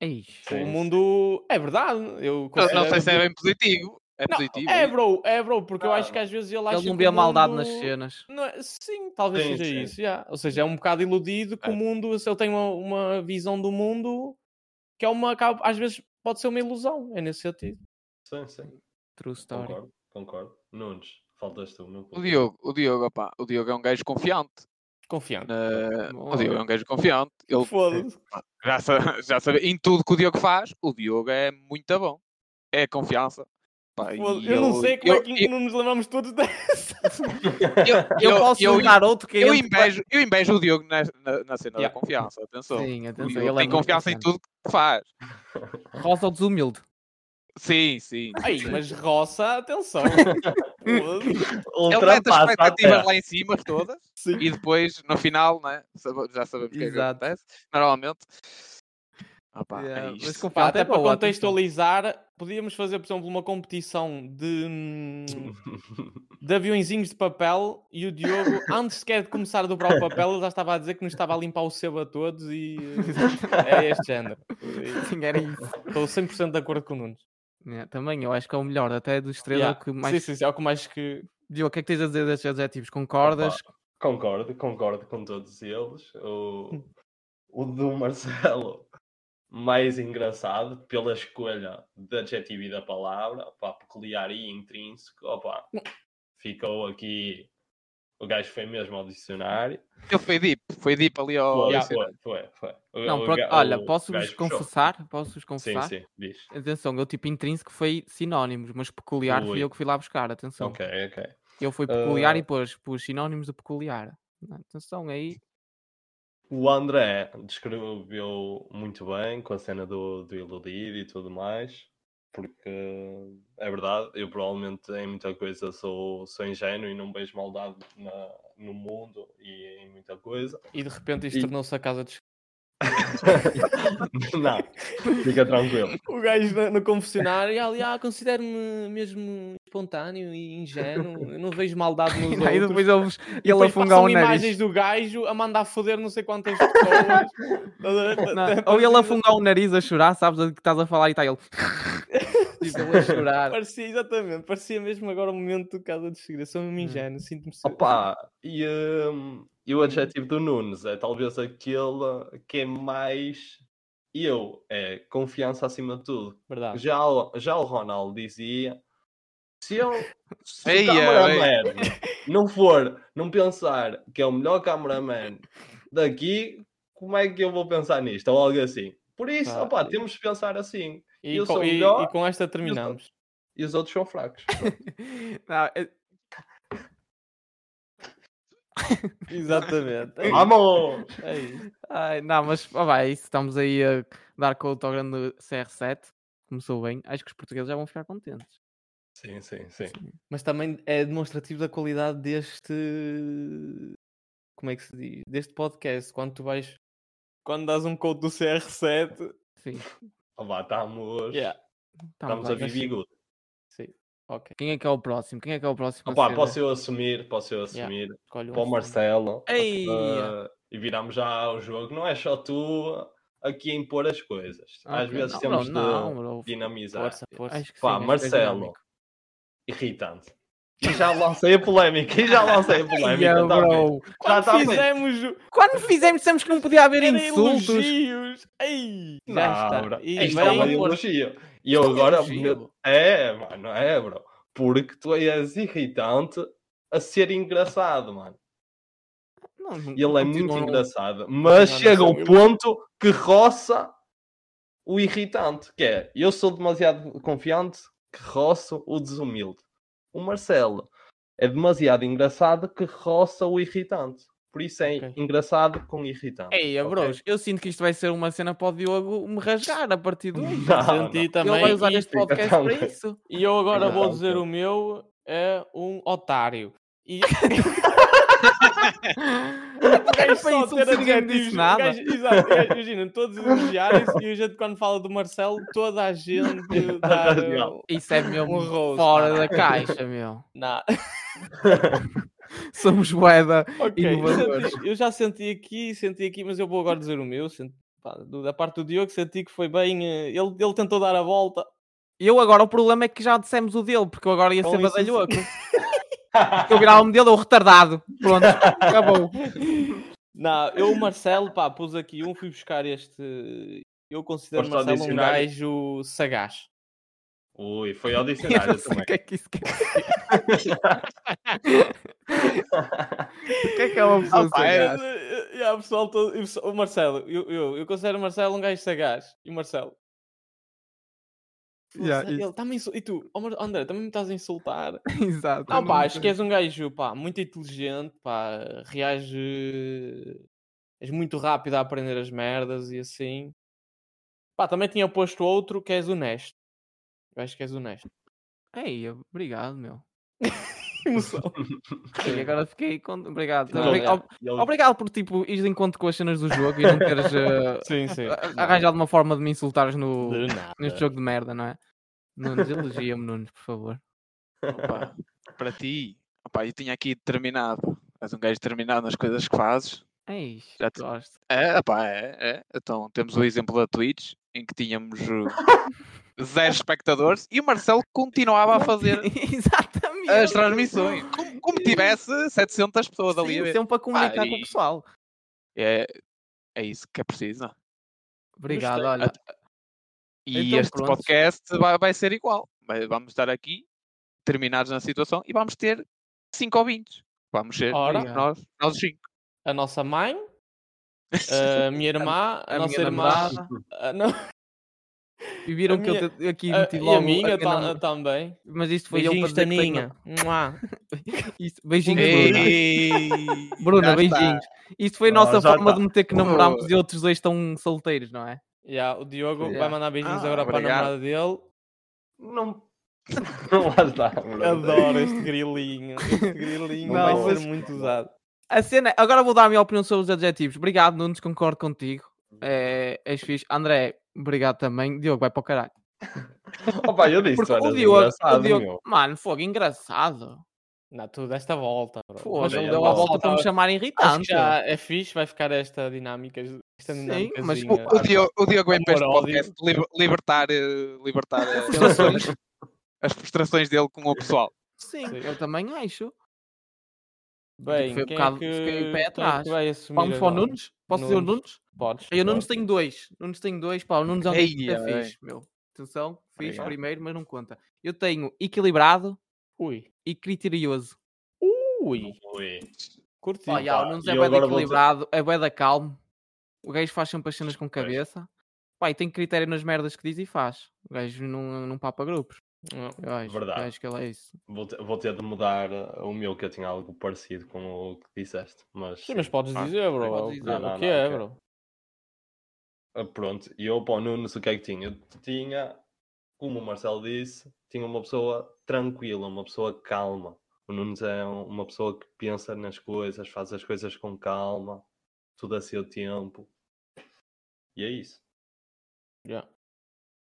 Speaker 1: ei.
Speaker 4: Sim, sim.
Speaker 3: o mundo é verdade, eu
Speaker 5: Não,
Speaker 3: considero-
Speaker 5: sei se é bem positivo. É
Speaker 3: Não,
Speaker 5: positivo.
Speaker 3: é, bro, é, bro, porque eu
Speaker 4: Ah,
Speaker 3: acho que às vezes ele acha
Speaker 1: Ele não
Speaker 3: que
Speaker 1: vê
Speaker 3: o
Speaker 1: a maldade nas
Speaker 3: mundo-
Speaker 1: cenas.
Speaker 3: Não é- Sim, talvez
Speaker 4: Sim,
Speaker 3: seja
Speaker 4: sim.
Speaker 3: isso, já. Ou seja, é um bocado iludido que
Speaker 4: É.
Speaker 3: o mundo, se ele tem uma, uma visão do mundo que é uma, acaba- às vezes pode ser uma ilusão, é nesse sentido.
Speaker 4: Sim, sim.
Speaker 1: True story.
Speaker 4: Concordo, concordo. Nunes, faltas tu, meu puto.
Speaker 5: O Diogo, o Diogo, opá, o Diogo é um gajo confiante.
Speaker 3: Confiante.
Speaker 5: Na- O
Speaker 1: Boa.
Speaker 5: Diogo é um gajo confiante. Ele
Speaker 3: Foda-se.
Speaker 5: já sabe, já sabe, em tudo que o Diogo faz, o Diogo é muito bom. É confiança. Pá, e
Speaker 3: Foda-se. Eu não
Speaker 5: ele-
Speaker 3: sei como
Speaker 5: eu-
Speaker 3: é que não nos lembramos todos dessa.
Speaker 5: eu,
Speaker 1: Eu, posso
Speaker 5: eu,
Speaker 1: dar outro que é
Speaker 5: eu
Speaker 1: entre-
Speaker 5: invejo, eu invejo o Diogo na, na, na cena
Speaker 3: Yeah.
Speaker 5: da confiança. Atenção.
Speaker 1: Sim,
Speaker 5: O
Speaker 1: atenção,
Speaker 5: Diogo
Speaker 1: ele é
Speaker 5: tem
Speaker 1: muito
Speaker 5: confiança em
Speaker 1: confiante.
Speaker 5: tudo que faz.
Speaker 1: Rosa ao desumilde.
Speaker 5: Sim, sim.
Speaker 3: Ai,
Speaker 5: sim.
Speaker 3: mas roça, atenção. Foda-se.
Speaker 5: Ele
Speaker 1: é
Speaker 5: mete as
Speaker 4: Ultrapassa
Speaker 5: expectativas
Speaker 4: até.
Speaker 5: lá em cima todas
Speaker 3: É. Sim.
Speaker 5: e depois, no final, né, sabe- já sabemos o que é que
Speaker 1: Exato.
Speaker 5: acontece. Normalmente. Opa,
Speaker 1: Yeah,
Speaker 5: é isto.
Speaker 1: mas
Speaker 3: Pá,
Speaker 1: confiante
Speaker 3: até tipo,
Speaker 1: é
Speaker 3: para
Speaker 1: boa,
Speaker 3: contextualizar, podíamos fazer, por exemplo, uma competição de, hum, de aviõezinhos de papel e o Diogo, antes sequer de começar a dobrar o papel, ele já estava a dizer que nos estava a limpar o sebo a todos e eh, é este género.
Speaker 1: atenção. Sim, era isso.
Speaker 3: Estou 100% de acordo com o Nunes.
Speaker 1: Yeah, também, eu acho que é o melhor, até dos três é o
Speaker 3: Yeah.
Speaker 1: que
Speaker 3: Sim,
Speaker 1: mais
Speaker 3: sim, sim, é o que mais que,
Speaker 1: Diogo, o que é que tens a dizer destes adjetivos? Concordas?
Speaker 4: Concordo, concordo com todos eles. O, o do Marcelo, mais engraçado pela escolha do adjetivo e da palavra, pá, peculiar e intrínseco, opa,
Speaker 1: Hum.
Speaker 4: ficou aqui. O gajo foi mesmo ao dicionário.
Speaker 5: Eu fui deep, foi deep ali ao.
Speaker 4: Foi,
Speaker 5: ao
Speaker 4: foi, foi, foi. O-
Speaker 1: Não,
Speaker 4: o
Speaker 1: por-
Speaker 4: ga-
Speaker 1: olha,
Speaker 4: o
Speaker 1: posso-vos
Speaker 4: gajo puxou.
Speaker 1: confessar? um Posso-vos
Speaker 4: Sim,
Speaker 1: confessar?
Speaker 4: sim, diz.
Speaker 1: Atenção, eu tipo intrínseco foi sinónimos, mas peculiar
Speaker 4: Ui.
Speaker 1: fui eu que fui lá buscar, atenção.
Speaker 4: Ok, ok.
Speaker 1: Eu fui peculiar
Speaker 4: Ah.
Speaker 1: e pôs, pus sinónimos de peculiar. Atenção, aí
Speaker 4: O André descreveu muito bem com a cena do, do iludir e tudo mais, porque é verdade, eu provavelmente em muita coisa sou, sou ingênuo e não vejo maldade na- no mundo e em muita coisa.
Speaker 3: E de repente isto
Speaker 4: E-
Speaker 3: tornou-se a casa de
Speaker 4: não, fica tranquilo.
Speaker 3: O gajo na- no confessionário, ali, ah, considero-me mesmo espontâneo e ingênuo, eu não vejo maldade nos outros.
Speaker 1: Aí depois ouves ele
Speaker 3: Depois
Speaker 1: afungar o
Speaker 3: passam
Speaker 1: nariz.
Speaker 3: imagens do gajo a mandar foder não sei quantas pessoas. Tá,
Speaker 1: Não, Ou ele afungar o nariz a chorar, sabes do que estás a falar e está ele. tipo, ele a chorar.
Speaker 3: Parecia, exatamente, parecia mesmo agora o momento do Casa de Segredo. Sou
Speaker 1: Hum.
Speaker 3: mesmo ingênuo, sinto-me ser-
Speaker 4: Opa, e, hum, e o adjetivo do Nunes é talvez aquele que é mais eu, é confiança acima de tudo.
Speaker 3: Verdade.
Speaker 4: Já, o- já o Ronaldo dizia: se eu se
Speaker 5: Ei,
Speaker 4: o
Speaker 5: é,
Speaker 4: cameraman não for, não pensar que é o melhor cameraman daqui, como é que eu vou pensar nisto? Ou algo assim. Por isso,
Speaker 3: Pá,
Speaker 4: opá,
Speaker 3: e-
Speaker 4: temos de pensar assim.
Speaker 3: E,
Speaker 4: eu
Speaker 3: com,
Speaker 4: sou
Speaker 3: e-
Speaker 4: melhor,
Speaker 3: e com esta terminamos.
Speaker 4: E os outros são fracos.
Speaker 1: Não, é-
Speaker 3: Exatamente.
Speaker 4: Ah.
Speaker 3: É isso,
Speaker 4: Vamos!
Speaker 3: é isso.
Speaker 1: ai, não, mas ó, vai, isso, estamos aí a dar conta ao grande CR7. Começou bem. Acho que os portugueses já vão ficar contentes.
Speaker 4: Sim, sim, sim.
Speaker 3: Mas também é demonstrativo da qualidade deste. Como é que se diz? Deste podcast. Quando tu vais. Quando dás um code do CR7.
Speaker 1: Sim.
Speaker 4: Opá, estamos,
Speaker 3: Yeah.
Speaker 5: Tá,
Speaker 1: estamos
Speaker 4: estamos a
Speaker 1: bem.
Speaker 3: mas-
Speaker 4: viver good.
Speaker 3: Ok.
Speaker 1: Tá, Quem é que é o próximo? Quem é que é o próximo? a
Speaker 4: Opá,
Speaker 1: ser-
Speaker 4: posso eu assumir, posso eu assumir.
Speaker 3: Escolhe um.
Speaker 4: Para o Marcelo.
Speaker 1: Ei!
Speaker 4: Ah, e viramos já ao jogo. Não é só tu aqui a impor as coisas.
Speaker 1: Ah,
Speaker 4: Às
Speaker 1: ok.
Speaker 4: vezes
Speaker 1: Não,
Speaker 4: temos
Speaker 1: bro,
Speaker 4: de
Speaker 1: não, bro.
Speaker 4: dinamizar.
Speaker 3: Força, força.
Speaker 1: Acho que
Speaker 4: Pá,
Speaker 1: sim, acho que é
Speaker 4: Marcelo.
Speaker 1: dinâmico.
Speaker 4: Irritante. E já lancei a polémica. E já lancei a polémica tá
Speaker 1: Yeah,
Speaker 4: também.
Speaker 1: é, bro.
Speaker 4: Já
Speaker 3: Quando
Speaker 4: está feito.
Speaker 3: fizemos. o-
Speaker 1: Quando fizemos, dissemos que não podia haver
Speaker 3: Era
Speaker 1: insultos.
Speaker 3: elogios. Ei, já
Speaker 4: Não,
Speaker 3: está.
Speaker 4: bro.
Speaker 3: E
Speaker 4: Isto
Speaker 3: vem
Speaker 4: é uma
Speaker 3: a força.
Speaker 4: elogio. E eu agora...
Speaker 1: elogio.
Speaker 4: É, mano, é, bro. Porque tu és irritante a ser engraçado, mano.
Speaker 1: Não, não-
Speaker 4: E ele
Speaker 1: continua
Speaker 4: é muito
Speaker 1: não-
Speaker 4: engraçado. Mas
Speaker 3: não
Speaker 4: chega
Speaker 3: sou
Speaker 4: ao
Speaker 3: eu.
Speaker 4: ponto que roça o irritante, que é eu sou demasiado confiante que roço o desumilde. O Marcelo é demasiado engraçado que roça o irritante. Por isso é
Speaker 3: Ok.
Speaker 4: engraçado com irritante.
Speaker 1: Ei,
Speaker 4: ok?
Speaker 1: Abros, eu sinto que isto vai ser uma cena para o Diogo me rasgar a partir de hoje.
Speaker 4: Não,
Speaker 3: Senti
Speaker 4: não.
Speaker 1: Ele vai
Speaker 3: também.
Speaker 1: usar
Speaker 3: e-
Speaker 1: este podcast
Speaker 4: Então,
Speaker 1: para
Speaker 4: bem.
Speaker 1: isso.
Speaker 3: E eu agora
Speaker 4: Não,
Speaker 3: vou
Speaker 4: não.
Speaker 3: dizer o meu é um otário. E
Speaker 1: Era
Speaker 3: o gajo
Speaker 1: para
Speaker 3: só
Speaker 1: isso,
Speaker 3: ter
Speaker 1: o Serginho não
Speaker 3: adjetivos,
Speaker 1: disse
Speaker 3: o
Speaker 1: nada.
Speaker 3: gajo- exato, o gajo- imagina, todos elogiarem-se e a gente quando fala do Marcelo, toda a gente dá
Speaker 4: Legal.
Speaker 3: uh,
Speaker 1: Isso é mesmo
Speaker 3: Um roast,
Speaker 1: fora
Speaker 3: não.
Speaker 1: da caixa, meu.
Speaker 3: na-
Speaker 1: Somos boeda.
Speaker 3: Ok, eu
Speaker 1: Inovadores.
Speaker 3: senti- eu já senti aqui, senti aqui, mas eu vou agora dizer o meu. senti- pá, do- da parte do Diogo, senti que foi bem. eh, Ele, ele tentou dar a volta.
Speaker 1: Eu agora, o problema é que já dissemos o dele, porque eu agora ia
Speaker 3: Com
Speaker 1: ser
Speaker 3: licença.
Speaker 1: badalhoco. Eu virava-me dele, eu retardado. Pronto, acabou.
Speaker 3: Não, eu, o Marcelo, pá, pus aqui um, fui buscar este. Eu considero o
Speaker 4: Foste ao
Speaker 3: Marcelo um
Speaker 4: dicionário?
Speaker 3: gajo sagaz.
Speaker 4: Ui, foi ao
Speaker 1: Eu não
Speaker 4: dicionário
Speaker 1: sei o
Speaker 4: também.
Speaker 1: que é que isso quer dizer. O que é que é uma pessoa
Speaker 5: Opa, é-
Speaker 1: sagaz?
Speaker 3: E, e, e há eh, pessoal todo- e o pessoal- o Marcelo, eu, eu, eu considero o Marcelo um gajo sagaz. E o Marcelo?
Speaker 1: Yeah,
Speaker 3: Ele tá-me a insul- E tu, "Oh, Mar- André, também me estás a insultar.
Speaker 1: Exato.
Speaker 3: Não, pá, acho que és um gajo pá, muito inteligente, pá, reage. És muito rápido a aprender as merdas e assim. Pá, também tinha posto outro que és honesto. Eu acho que és honesto.
Speaker 1: é- Ei, obrigado, meu. é
Speaker 3: Emoção.
Speaker 1: E agora fiquei com... Obrigado.
Speaker 4: Não,
Speaker 1: Obri-
Speaker 4: é.
Speaker 1: ob-
Speaker 4: Ele-
Speaker 1: Obrigado por, tipo, ires de encontro com as cenas do jogo e não teres eh,
Speaker 3: Sim, sim.
Speaker 1: a- arranjado uma forma de me insultares no,
Speaker 3: De nada.
Speaker 1: neste jogo de merda, não é? Nunes, elogia-me, Nunes, por favor.
Speaker 5: Opa, para ti, opa, eu tinha aqui determinado. És um gajo determinado nas coisas que fazes.
Speaker 1: Ei,
Speaker 5: Já te-
Speaker 1: É gosto.
Speaker 5: É, opa, é, é. Então, temos o exemplo da Twitch, em que tínhamos uh, zero espectadores e o Marcelo continuava a fazer.
Speaker 1: Exatamente.
Speaker 5: as transmissões. Como, como tivesse 700 pessoas ali a
Speaker 1: Sim,
Speaker 5: ver.
Speaker 1: sempre para comunicar com o
Speaker 5: e-
Speaker 1: pessoal.
Speaker 5: É, é isso que é preciso.
Speaker 1: Obrigado,
Speaker 5: Gostei.
Speaker 1: olha.
Speaker 5: E
Speaker 1: Então,
Speaker 5: este
Speaker 1: pronto.
Speaker 5: podcast vai, vai ser igual. Vai- Vamos estar aqui, terminados na situação, e vamos ter 5 ouvintes. Vamos ser
Speaker 3: Ora.
Speaker 5: nós, nós os 5.
Speaker 3: A nossa mãe,
Speaker 1: Eh,
Speaker 3: a minha irmã, a,
Speaker 5: A
Speaker 3: nossa
Speaker 5: minha
Speaker 3: irmã.
Speaker 5: namorada.
Speaker 3: a no-
Speaker 1: E viram
Speaker 3: a
Speaker 1: que eu
Speaker 3: minha-
Speaker 1: te- aqui
Speaker 3: a-
Speaker 1: meti
Speaker 3: e
Speaker 1: logo
Speaker 3: a minha
Speaker 1: aqui
Speaker 3: ta-
Speaker 1: na-
Speaker 3: também.
Speaker 1: Mas isto foi eu para
Speaker 3: Beijinhos,
Speaker 1: dizer que tenho-
Speaker 3: Taninha. Mua.
Speaker 1: Isto- Beijinhos, Bruna.
Speaker 5: Ei,
Speaker 1: Bruna,
Speaker 5: já está.
Speaker 1: beijinhos. Isto foi a
Speaker 4: Ah,
Speaker 1: nossa
Speaker 4: já
Speaker 1: forma
Speaker 4: está.
Speaker 1: de meter que namorámos e outros dois estão solteiros, não é?
Speaker 3: Já, o Diogo
Speaker 1: Já.
Speaker 3: vai mandar beijinhos
Speaker 5: Ah,
Speaker 3: agora
Speaker 5: obrigado.
Speaker 3: para a namorada dele.
Speaker 4: Não. Não lá está.
Speaker 3: Adoro este grilinho. Este grilinho
Speaker 4: Não,
Speaker 3: vai
Speaker 4: mas-
Speaker 3: ser muito usado.
Speaker 1: A cena, agora vou dar a minha opinião sobre os adjetivos. Obrigado, Nunes, concordo contigo. É, és fixe. André, obrigado também. Diogo, vai para o caralho.
Speaker 4: Opa, eu disse,
Speaker 1: Porque
Speaker 4: olha,
Speaker 1: o Diogo, o
Speaker 4: engraçado,
Speaker 1: Diogo...
Speaker 4: meu.
Speaker 1: Mano, fogo, engraçado.
Speaker 3: Não, tu deste a volta, bro.
Speaker 1: Fogo,
Speaker 3: Mas
Speaker 1: ele
Speaker 4: eu
Speaker 1: deu a
Speaker 4: não
Speaker 1: volta para me
Speaker 3: tava-
Speaker 1: chamar
Speaker 3: é Acho que
Speaker 1: irritante.
Speaker 3: já é fixe, vai ficar esta dinâmica. Esta
Speaker 1: Sim,
Speaker 3: dinâmica
Speaker 1: mas
Speaker 5: O, o Diogo, o Diogo vem para este
Speaker 3: Amor,
Speaker 5: podcast liber- libertar, eh, libertar eh, as,
Speaker 1: Frustrações.
Speaker 5: frustrações, as frustrações dele com o pessoal.
Speaker 1: Sim,
Speaker 3: Sim.
Speaker 1: eu também acho.
Speaker 3: Bem,
Speaker 1: Foi um
Speaker 3: quem
Speaker 1: bocado-
Speaker 3: é que...
Speaker 1: fiquei o pé
Speaker 3: quem é que
Speaker 1: atrás.
Speaker 3: vai assumir
Speaker 1: Vamos para o
Speaker 3: agora?
Speaker 1: Nunes? Posso dizer o
Speaker 3: é Nunes.
Speaker 1: Nunes?
Speaker 3: Podes.
Speaker 1: Eu Nunes
Speaker 3: podes.
Speaker 1: tenho dois. Nunes tenho dois. Pá, o Nunes é um gajo que
Speaker 5: Eia,
Speaker 1: é
Speaker 5: bem.
Speaker 1: fixe, meu. Atenção, fixe
Speaker 4: Obrigado.
Speaker 1: primeiro, mas não conta. Eu tenho equilibrado
Speaker 3: Ui.
Speaker 1: e criterioso.
Speaker 3: Ui.
Speaker 4: Ui.
Speaker 3: Curti.
Speaker 1: Pá, já, o
Speaker 4: pá,
Speaker 1: Nunes
Speaker 4: e
Speaker 1: é
Speaker 4: eu
Speaker 1: bué da
Speaker 4: agora vou dizer-
Speaker 1: equilibrado, é bué da calmo. O gajo faz sempre as cenas com cabeça. Pá, e tem critério nas merdas que diz e faz. O gajo não, não papa grupos.
Speaker 3: Não.
Speaker 1: Eu acho,
Speaker 4: Verdade.
Speaker 1: Eu acho que ele é isso.
Speaker 4: Vou ter, vou ter de mudar uh, o meu, que eu tinha algo parecido com o que disseste. Mas,
Speaker 3: Sim, mas podes
Speaker 5: Ah,
Speaker 3: dizer, bro.
Speaker 1: podes
Speaker 3: o que-
Speaker 1: dizer. Não,
Speaker 4: não,
Speaker 3: O que
Speaker 4: não,
Speaker 3: é,
Speaker 4: ok.
Speaker 3: bro?
Speaker 4: Ah, pronto, e eu para o Nunes, o que é que tinha? Eu tinha, como o Marcelo disse, tinha uma pessoa tranquila, uma pessoa calma. O Nunes é um- uma pessoa que pensa nas coisas, faz as coisas com calma, tudo a seu tempo. E é isso.
Speaker 3: Já.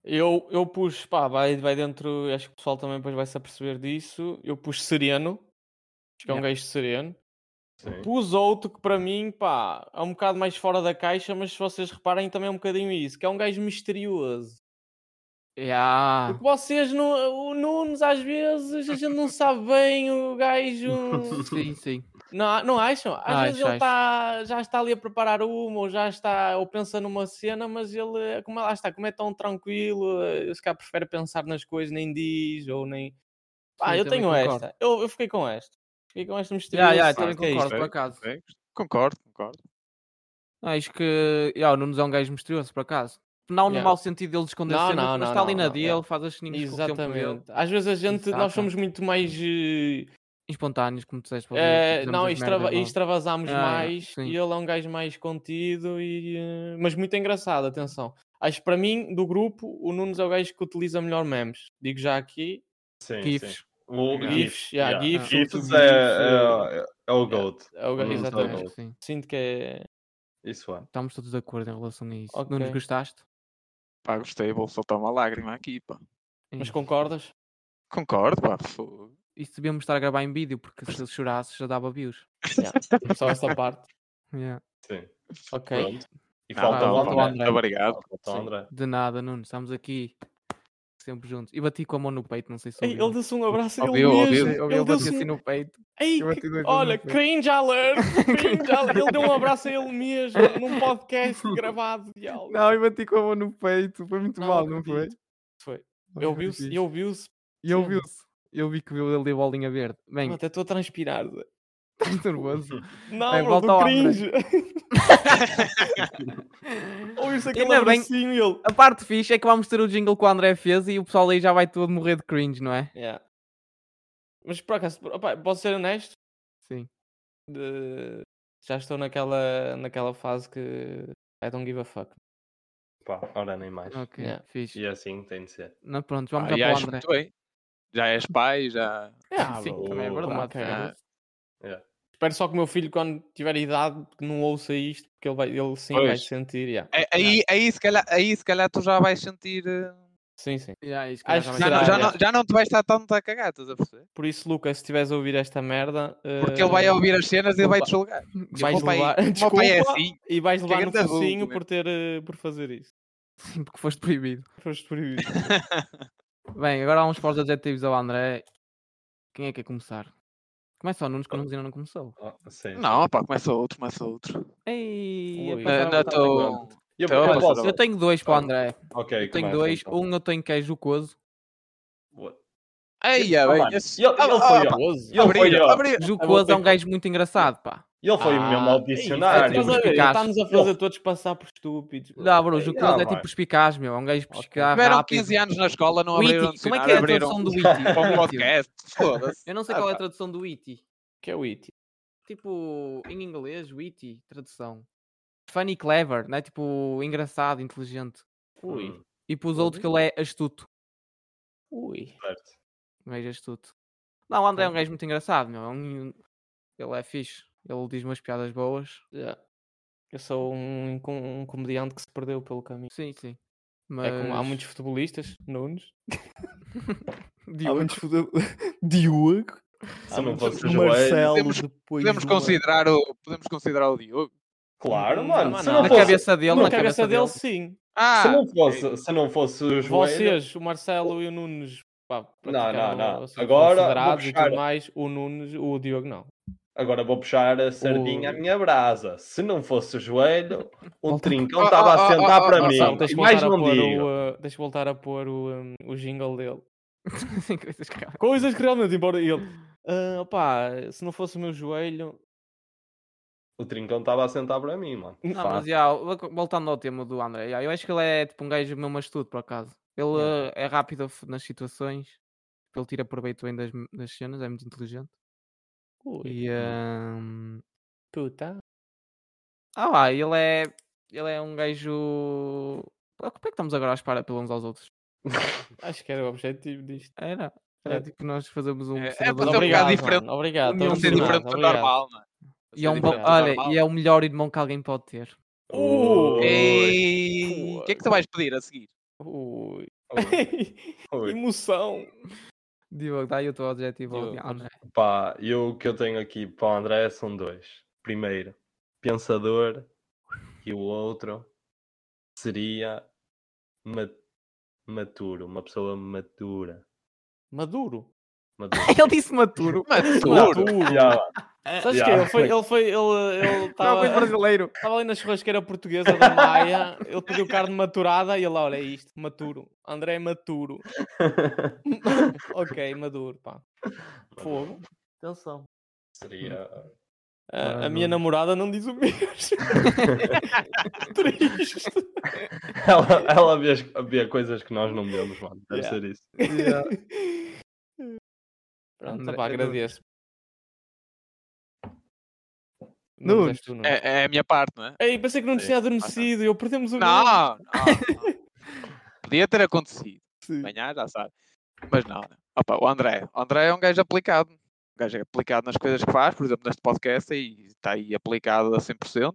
Speaker 3: Eu, eu pus, pá, vai, vai dentro, acho que o pessoal também depois vai se aperceber disso. Eu pus sereno, acho que é um
Speaker 1: Yeah.
Speaker 3: gajo sereno.
Speaker 4: Sim.
Speaker 3: Pus outro que para mim, pá, é um bocado mais fora da caixa, mas se vocês reparem também é um bocadinho isso, que é um gajo misterioso.
Speaker 1: Já.
Speaker 3: Porque vocês, não, o Nunes, às vezes, a gente não sabe bem o gajo.
Speaker 1: Sim, sim.
Speaker 3: Não, não acham? Às
Speaker 1: Acho,
Speaker 3: vezes ele
Speaker 1: acho.
Speaker 3: tá, já está ali a preparar uma, ou já está, ou pensa numa cena, mas ele, eh, como é- lá está, como é tão tranquilo, eh, se calhar prefere pensar nas coisas, nem diz, ou nem. Pá,
Speaker 1: Sim,
Speaker 3: eu
Speaker 1: também
Speaker 3: tenho
Speaker 1: concordo.
Speaker 3: esta. Eu, eu fiquei com esta. Fiquei com esta misteriosa.
Speaker 1: Já, já,
Speaker 3: sabe
Speaker 1: também
Speaker 3: o que é
Speaker 1: concordo,
Speaker 3: isto?
Speaker 1: por acaso.
Speaker 5: Ok, Concordo, concordo.
Speaker 1: Acho que já, o Nunes é um gajo misterioso, por acaso. Não no
Speaker 3: Yeah.
Speaker 1: mau sentido dele esconder
Speaker 3: Não,
Speaker 1: cenas,
Speaker 3: não,
Speaker 1: mas
Speaker 3: não,
Speaker 1: está ali
Speaker 3: não,
Speaker 1: na
Speaker 3: não,
Speaker 1: dele,
Speaker 3: yeah.
Speaker 1: faz as ceninhas com o tempo dele.
Speaker 3: Exatamente. Às vezes a gente, nós
Speaker 1: Exato.
Speaker 3: somos muito mais. eh,
Speaker 1: Espontâneos, como disseste. para o
Speaker 3: eh,
Speaker 1: Diogo,
Speaker 3: não,
Speaker 1: fizemos as merdas,
Speaker 3: extrava,
Speaker 1: não.
Speaker 3: extravasamos
Speaker 1: Ah, yeah,
Speaker 3: mais
Speaker 1: sim.
Speaker 3: e ele é um gajo mais contido, e, eh, mas muito engraçado, atenção. Acho que para mim, do grupo, o Nunes é o gajo que utiliza melhor memes. Digo já aqui, é
Speaker 4: Sim, sim.
Speaker 1: GIFs.
Speaker 4: O
Speaker 5: Yeah.
Speaker 3: GIFs, yeah,
Speaker 4: yeah.
Speaker 3: GIFs,
Speaker 4: GIFs
Speaker 3: sobretudo
Speaker 4: é,
Speaker 3: GIFs,
Speaker 4: é, é o GOAT.
Speaker 3: é
Speaker 1: Hum,
Speaker 3: o gajo,
Speaker 4: Nunes é o
Speaker 3: exatamente.
Speaker 4: gajo.
Speaker 1: Acho que sim.
Speaker 3: Sinto que é...
Speaker 4: Isso é.
Speaker 1: Estamos todos de acordo em relação a isso.
Speaker 3: Ok.
Speaker 1: Não nos gostaste?
Speaker 5: Pá, gostei, vou soltar uma lágrima aqui, pá.
Speaker 3: Mas
Speaker 1: Ih,
Speaker 3: concordas?
Speaker 5: Concordo, pá. fogo.
Speaker 1: É Isso devíamos estar a gravar em vídeo, porque se chorasse já dava views.
Speaker 3: Só esta parte.
Speaker 1: Yeah.
Speaker 4: Sim.
Speaker 3: Ok. Ah,
Speaker 4: Pronto. E
Speaker 5: Ah, Não,
Speaker 4: falta
Speaker 1: não,
Speaker 4: o
Speaker 1: falta o
Speaker 4: André.
Speaker 1: André.
Speaker 5: Muito obrigado.
Speaker 4: Falta o André.
Speaker 1: De nada, Nunes. Estamos aqui sempre juntos. E bati com a mão no peito, não sei se
Speaker 3: Ei, ele
Speaker 1: ouviram.
Speaker 3: deu-se um abraço a ele
Speaker 5: Ouviu, ouviu.
Speaker 3: mesmo.
Speaker 5: Sim,
Speaker 1: Eu,
Speaker 3: Ele
Speaker 1: bati
Speaker 3: deu-se
Speaker 1: assim
Speaker 3: um...
Speaker 1: no peito.
Speaker 3: Ei,
Speaker 1: Eu bati dois vezes
Speaker 3: Olha,
Speaker 1: assim no peito.
Speaker 3: cringe alert, cringe alert. Ele deu um abraço a ele mesmo num podcast gravado de algo.
Speaker 1: Não, eu bati com a mão no peito. Foi muito
Speaker 3: Não
Speaker 1: mal, não foi?
Speaker 3: acredito. Foi. Eu vi-se, eu vi-se.
Speaker 1: E eu vi-se. Eu vi que ele deu bolinha verde. Bem,
Speaker 3: Até estou a transpirar. Zé.
Speaker 1: estás nervoso.
Speaker 3: Não,
Speaker 1: Bem,
Speaker 3: bro,
Speaker 1: volta ao
Speaker 3: do
Speaker 1: André.
Speaker 3: cringe. Ouviu-se aquele
Speaker 1: Ainda bem-
Speaker 3: abracinho e ele...
Speaker 1: A parte fixe é que vamos ter o jingle que o André fez e o pessoal aí já vai todo morrer de cringe, não é?
Speaker 3: Yeah. Mas por acaso, opa, posso ser honesto?
Speaker 1: Sim.
Speaker 3: De- Já estou naquela, naquela fase que... I don't give a fuck.
Speaker 4: Pá, ora nem mais.
Speaker 1: Ok,
Speaker 3: Yeah.
Speaker 1: fixe.
Speaker 4: E assim tem de ser.
Speaker 1: Não, pronto, vamos
Speaker 5: Ah,
Speaker 1: já
Speaker 5: e
Speaker 1: para o
Speaker 5: acho
Speaker 1: André.
Speaker 5: muito bem. Já és pai, já.
Speaker 3: Yeah,
Speaker 1: Sim,
Speaker 3: bro.
Speaker 1: também é
Speaker 4: Oh,
Speaker 1: verdade.
Speaker 3: ok.
Speaker 1: foda-se.
Speaker 3: Espero só que o meu filho, quando tiver idade, que não ouça isto, porque ele, vai, ele sim vai
Speaker 5: Pois.
Speaker 3: sentir. yeah.
Speaker 5: É- Aí, aí, se calhar, aí se calhar tu já vais sentir. eh,
Speaker 3: Sim, sim.
Speaker 1: Yeah, isso que
Speaker 3: Acho
Speaker 1: já vai
Speaker 3: que
Speaker 5: Já,
Speaker 3: será,
Speaker 5: não-
Speaker 1: dar.
Speaker 5: já,
Speaker 3: é.
Speaker 5: não, já não te vais estar tanto a cagar, estás a perceber?
Speaker 3: Por isso, Lucas, se estiveres a ouvir esta merda.
Speaker 5: Porque ele vai
Speaker 3: eh,
Speaker 5: ouvir as cenas e
Speaker 3: Opa.
Speaker 5: vai te julgar.
Speaker 3: vais
Speaker 5: o meu pai-
Speaker 3: levar...
Speaker 5: o meu pai é
Speaker 3: Desculpa,
Speaker 5: assim.
Speaker 3: E vais levar no
Speaker 5: grande adulto, né?
Speaker 3: focinho
Speaker 5: meu.
Speaker 3: por, ter, eh, por fazer isso.
Speaker 1: Sim, assim porque foste proibido.
Speaker 3: Foste proibido.
Speaker 1: Bem, agora vamos para os adjetivos ao André. Quem é que quer começar? Começa o Nunes, que o Nunes ainda não começou.
Speaker 4: Oh, sim,
Speaker 5: Não, pá, começa outro, começa outro. É,
Speaker 1: Ei, eu
Speaker 3: Ui.
Speaker 1: pensava
Speaker 5: Ainda
Speaker 1: que estava-
Speaker 5: estou.
Speaker 4: sim. Eu,
Speaker 5: Então,
Speaker 4: eu
Speaker 5: vamos
Speaker 4: posso.
Speaker 1: Eu tenho dois para o
Speaker 4: Ah,
Speaker 1: André.
Speaker 4: Ok,
Speaker 1: é Eu tenho
Speaker 4: começa,
Speaker 1: dois.
Speaker 4: então.
Speaker 1: Um eu tenho que é jocoso.
Speaker 5: Ei, é bem.
Speaker 4: Mano,
Speaker 5: esse-
Speaker 4: ele- ele
Speaker 5: Ah,
Speaker 4: foi
Speaker 5: ah,
Speaker 4: ele.
Speaker 5: pá,
Speaker 3: Famoso.
Speaker 4: Ele foi
Speaker 5: abrir,
Speaker 4: ele.
Speaker 5: abrir.
Speaker 1: Jocoso é um gajo muito engraçado, pá.
Speaker 4: Ele foi
Speaker 1: Ah,
Speaker 4: mesmo ao
Speaker 1: Claro,
Speaker 3: Estás
Speaker 1: é
Speaker 4: dicionário.
Speaker 3: a ver?
Speaker 1: perspicaz.
Speaker 3: Está-nos a fazer todos passar por estúpidos.
Speaker 1: Não, bro, o
Speaker 4: não,
Speaker 1: Jocoso é
Speaker 4: mano.
Speaker 1: tipo perspicaz, meu. É um gajo perspicaz
Speaker 5: Tiveram
Speaker 1: rápido.
Speaker 5: 15 anos na escola, não
Speaker 1: Witty.
Speaker 5: abriram
Speaker 1: Como é
Speaker 5: dicionário,
Speaker 1: que é a
Speaker 5: abriram
Speaker 1: tradução do
Speaker 5: para um
Speaker 1: Witty? Witty?
Speaker 5: podcast. Foda-se.
Speaker 1: tipo, Eu não sei
Speaker 5: Ah,
Speaker 1: qual é a
Speaker 5: pá.
Speaker 1: tradução do Witty.
Speaker 3: Que é o It.
Speaker 1: Tipo, em inglês, Witty, tradução. Funny clever, né? Tipo, engraçado, inteligente.
Speaker 4: Hum.
Speaker 3: Ui.
Speaker 1: E para os outros que ele é astuto.
Speaker 3: Ui.
Speaker 4: Certo.
Speaker 1: Um gajo astuto. Não, o André é um gajo muito engraçado, meu. É um- Ele é fixe. Ele diz umas piadas boas.
Speaker 3: Já. Eu sou um, com- um comediante que se perdeu pelo caminho.
Speaker 1: Sim, sim.
Speaker 3: É como há
Speaker 1: Mas-
Speaker 3: muitos futebolistas, Nunes.
Speaker 1: Diogo,
Speaker 7: futebolistas. Diogo.
Speaker 4: Se Ah, não
Speaker 3: Ah,
Speaker 4: fosse o
Speaker 7: o
Speaker 4: joelho.
Speaker 7: Marcelo
Speaker 5: Podemos-
Speaker 7: depois.
Speaker 5: Podemos
Speaker 7: de uma-
Speaker 5: considerar o, podemos considerar o Diogo.
Speaker 4: Claro,
Speaker 3: Não,
Speaker 4: mano.
Speaker 3: mas
Speaker 4: Se
Speaker 3: não.
Speaker 4: não
Speaker 1: na
Speaker 4: fosse.
Speaker 1: cabeça dele,
Speaker 3: Na
Speaker 1: na
Speaker 3: cabeça dele, sim.
Speaker 5: Ah,
Speaker 4: Se não é fosse, se não fosse o joelho.
Speaker 3: Vocês, o Marcelo e o Nunes. Pá,
Speaker 4: não, não.
Speaker 3: praticaram, são
Speaker 4: Agora, vou
Speaker 3: considerados e
Speaker 4: puxar-
Speaker 3: tudo mais, o Nunes, o Diogo não.
Speaker 4: Agora vou puxar a sardinha à
Speaker 3: O-
Speaker 4: minha brasa. Se não fosse o joelho, um
Speaker 1: Volta-
Speaker 4: trincão
Speaker 5: Ah,
Speaker 4: estava
Speaker 5: ah,
Speaker 4: a
Speaker 5: ah,
Speaker 4: sentar
Speaker 5: ah,
Speaker 4: para
Speaker 5: ah,
Speaker 4: mim.
Speaker 3: Marcelo, deixa
Speaker 4: E
Speaker 3: eu
Speaker 4: mais um
Speaker 3: voltar, a
Speaker 4: não
Speaker 3: pôr
Speaker 4: digo.
Speaker 3: o, uh, deixa eu voltar a pôr o, um, o jingle dele.
Speaker 1: Sim, coisas que-
Speaker 3: Coisas que realmente embora ele. Ah, opá, se não fosse o meu joelho.
Speaker 4: O trincão estava a sentar para mim, mano.
Speaker 1: Não, mas já, voltando ao tema do André, já, eu acho que ele é tipo um gajo mesmo astuto, por acaso. Ele eh, é rápido a f- nas situações, ele tira proveito bem das, m- das cenas, é muito inteligente.
Speaker 3: Ui,
Speaker 1: E, ehm,
Speaker 3: puta.
Speaker 1: ah lá, ele é, ele é um gajo... Pá, Como é que estamos agora à espera pelos uns aos outros?
Speaker 3: Acho que era o objetivo disto.
Speaker 1: Era, era
Speaker 3: É.
Speaker 1: tipo nós fazemos um...
Speaker 5: É- é
Speaker 1: cena
Speaker 5: para
Speaker 1: do-
Speaker 5: ter um bocado
Speaker 3: mano,
Speaker 5: diferente-
Speaker 3: Obrigado.
Speaker 1: União
Speaker 5: não
Speaker 3: estamos
Speaker 5: ser
Speaker 1: Obrigado,
Speaker 5: diferente
Speaker 3: emocionados,
Speaker 5: do
Speaker 3: obrigado.
Speaker 5: normal, não é?
Speaker 1: E é, um bom,
Speaker 5: diferente do
Speaker 1: olha,
Speaker 5: normal.
Speaker 1: e é o melhor irmão que alguém pode ter.
Speaker 5: Uh,
Speaker 3: Ui.
Speaker 5: Ei, o que é que tu vais pedir a seguir?
Speaker 3: Ui.
Speaker 4: Ui, ui.
Speaker 3: Emoção.
Speaker 1: Diogo, dá aí o teu objetivo, ao
Speaker 3: Diogo,
Speaker 1: Di- André.
Speaker 4: Pá, eu o que eu tenho aqui para o André são dois. Primeiro, pensador e o outro seria ma- maturo, uma pessoa matura.
Speaker 3: Maduro.
Speaker 4: Madura.
Speaker 1: Ele disse maturo.
Speaker 5: Maduro.
Speaker 4: Já,
Speaker 5: É.
Speaker 3: Sabes
Speaker 4: já.
Speaker 3: que ele foi, ele foi, ele, ele
Speaker 1: Não,
Speaker 3: estava
Speaker 1: foi brasileiro.
Speaker 3: estava ali na churrasqueira portuguesa da Maia, ele pediu carne maturada e ele, olha é isto, maturo. André é maturo. ok, maduro, pá. Fogo. Atenção.
Speaker 4: seria.
Speaker 3: A,
Speaker 1: Ah,
Speaker 3: a minha
Speaker 1: não.
Speaker 3: namorada não diz o mesmo. Triste.
Speaker 4: Ela, ela vê, as- vê coisas que nós não vemos, mano. Deve
Speaker 3: Yeah.
Speaker 4: ser isso.
Speaker 3: Pronto,
Speaker 1: André- é
Speaker 3: pá,
Speaker 1: Nunes.
Speaker 3: agradeço.
Speaker 1: Nunes.
Speaker 3: és tu, Nunes.
Speaker 5: É, é a minha parte, não é?
Speaker 3: Ei, pensei que não tinha adormecido, eu perdemos o Nunes.
Speaker 5: Não, não, não. Podia ter acontecido. Amanhã já sabe. Mas não. não. Opa, o André. O André é um gajo aplicado. Um gajo é aplicado nas coisas que faz, por exemplo, neste podcast, e está aí aplicado a 100%.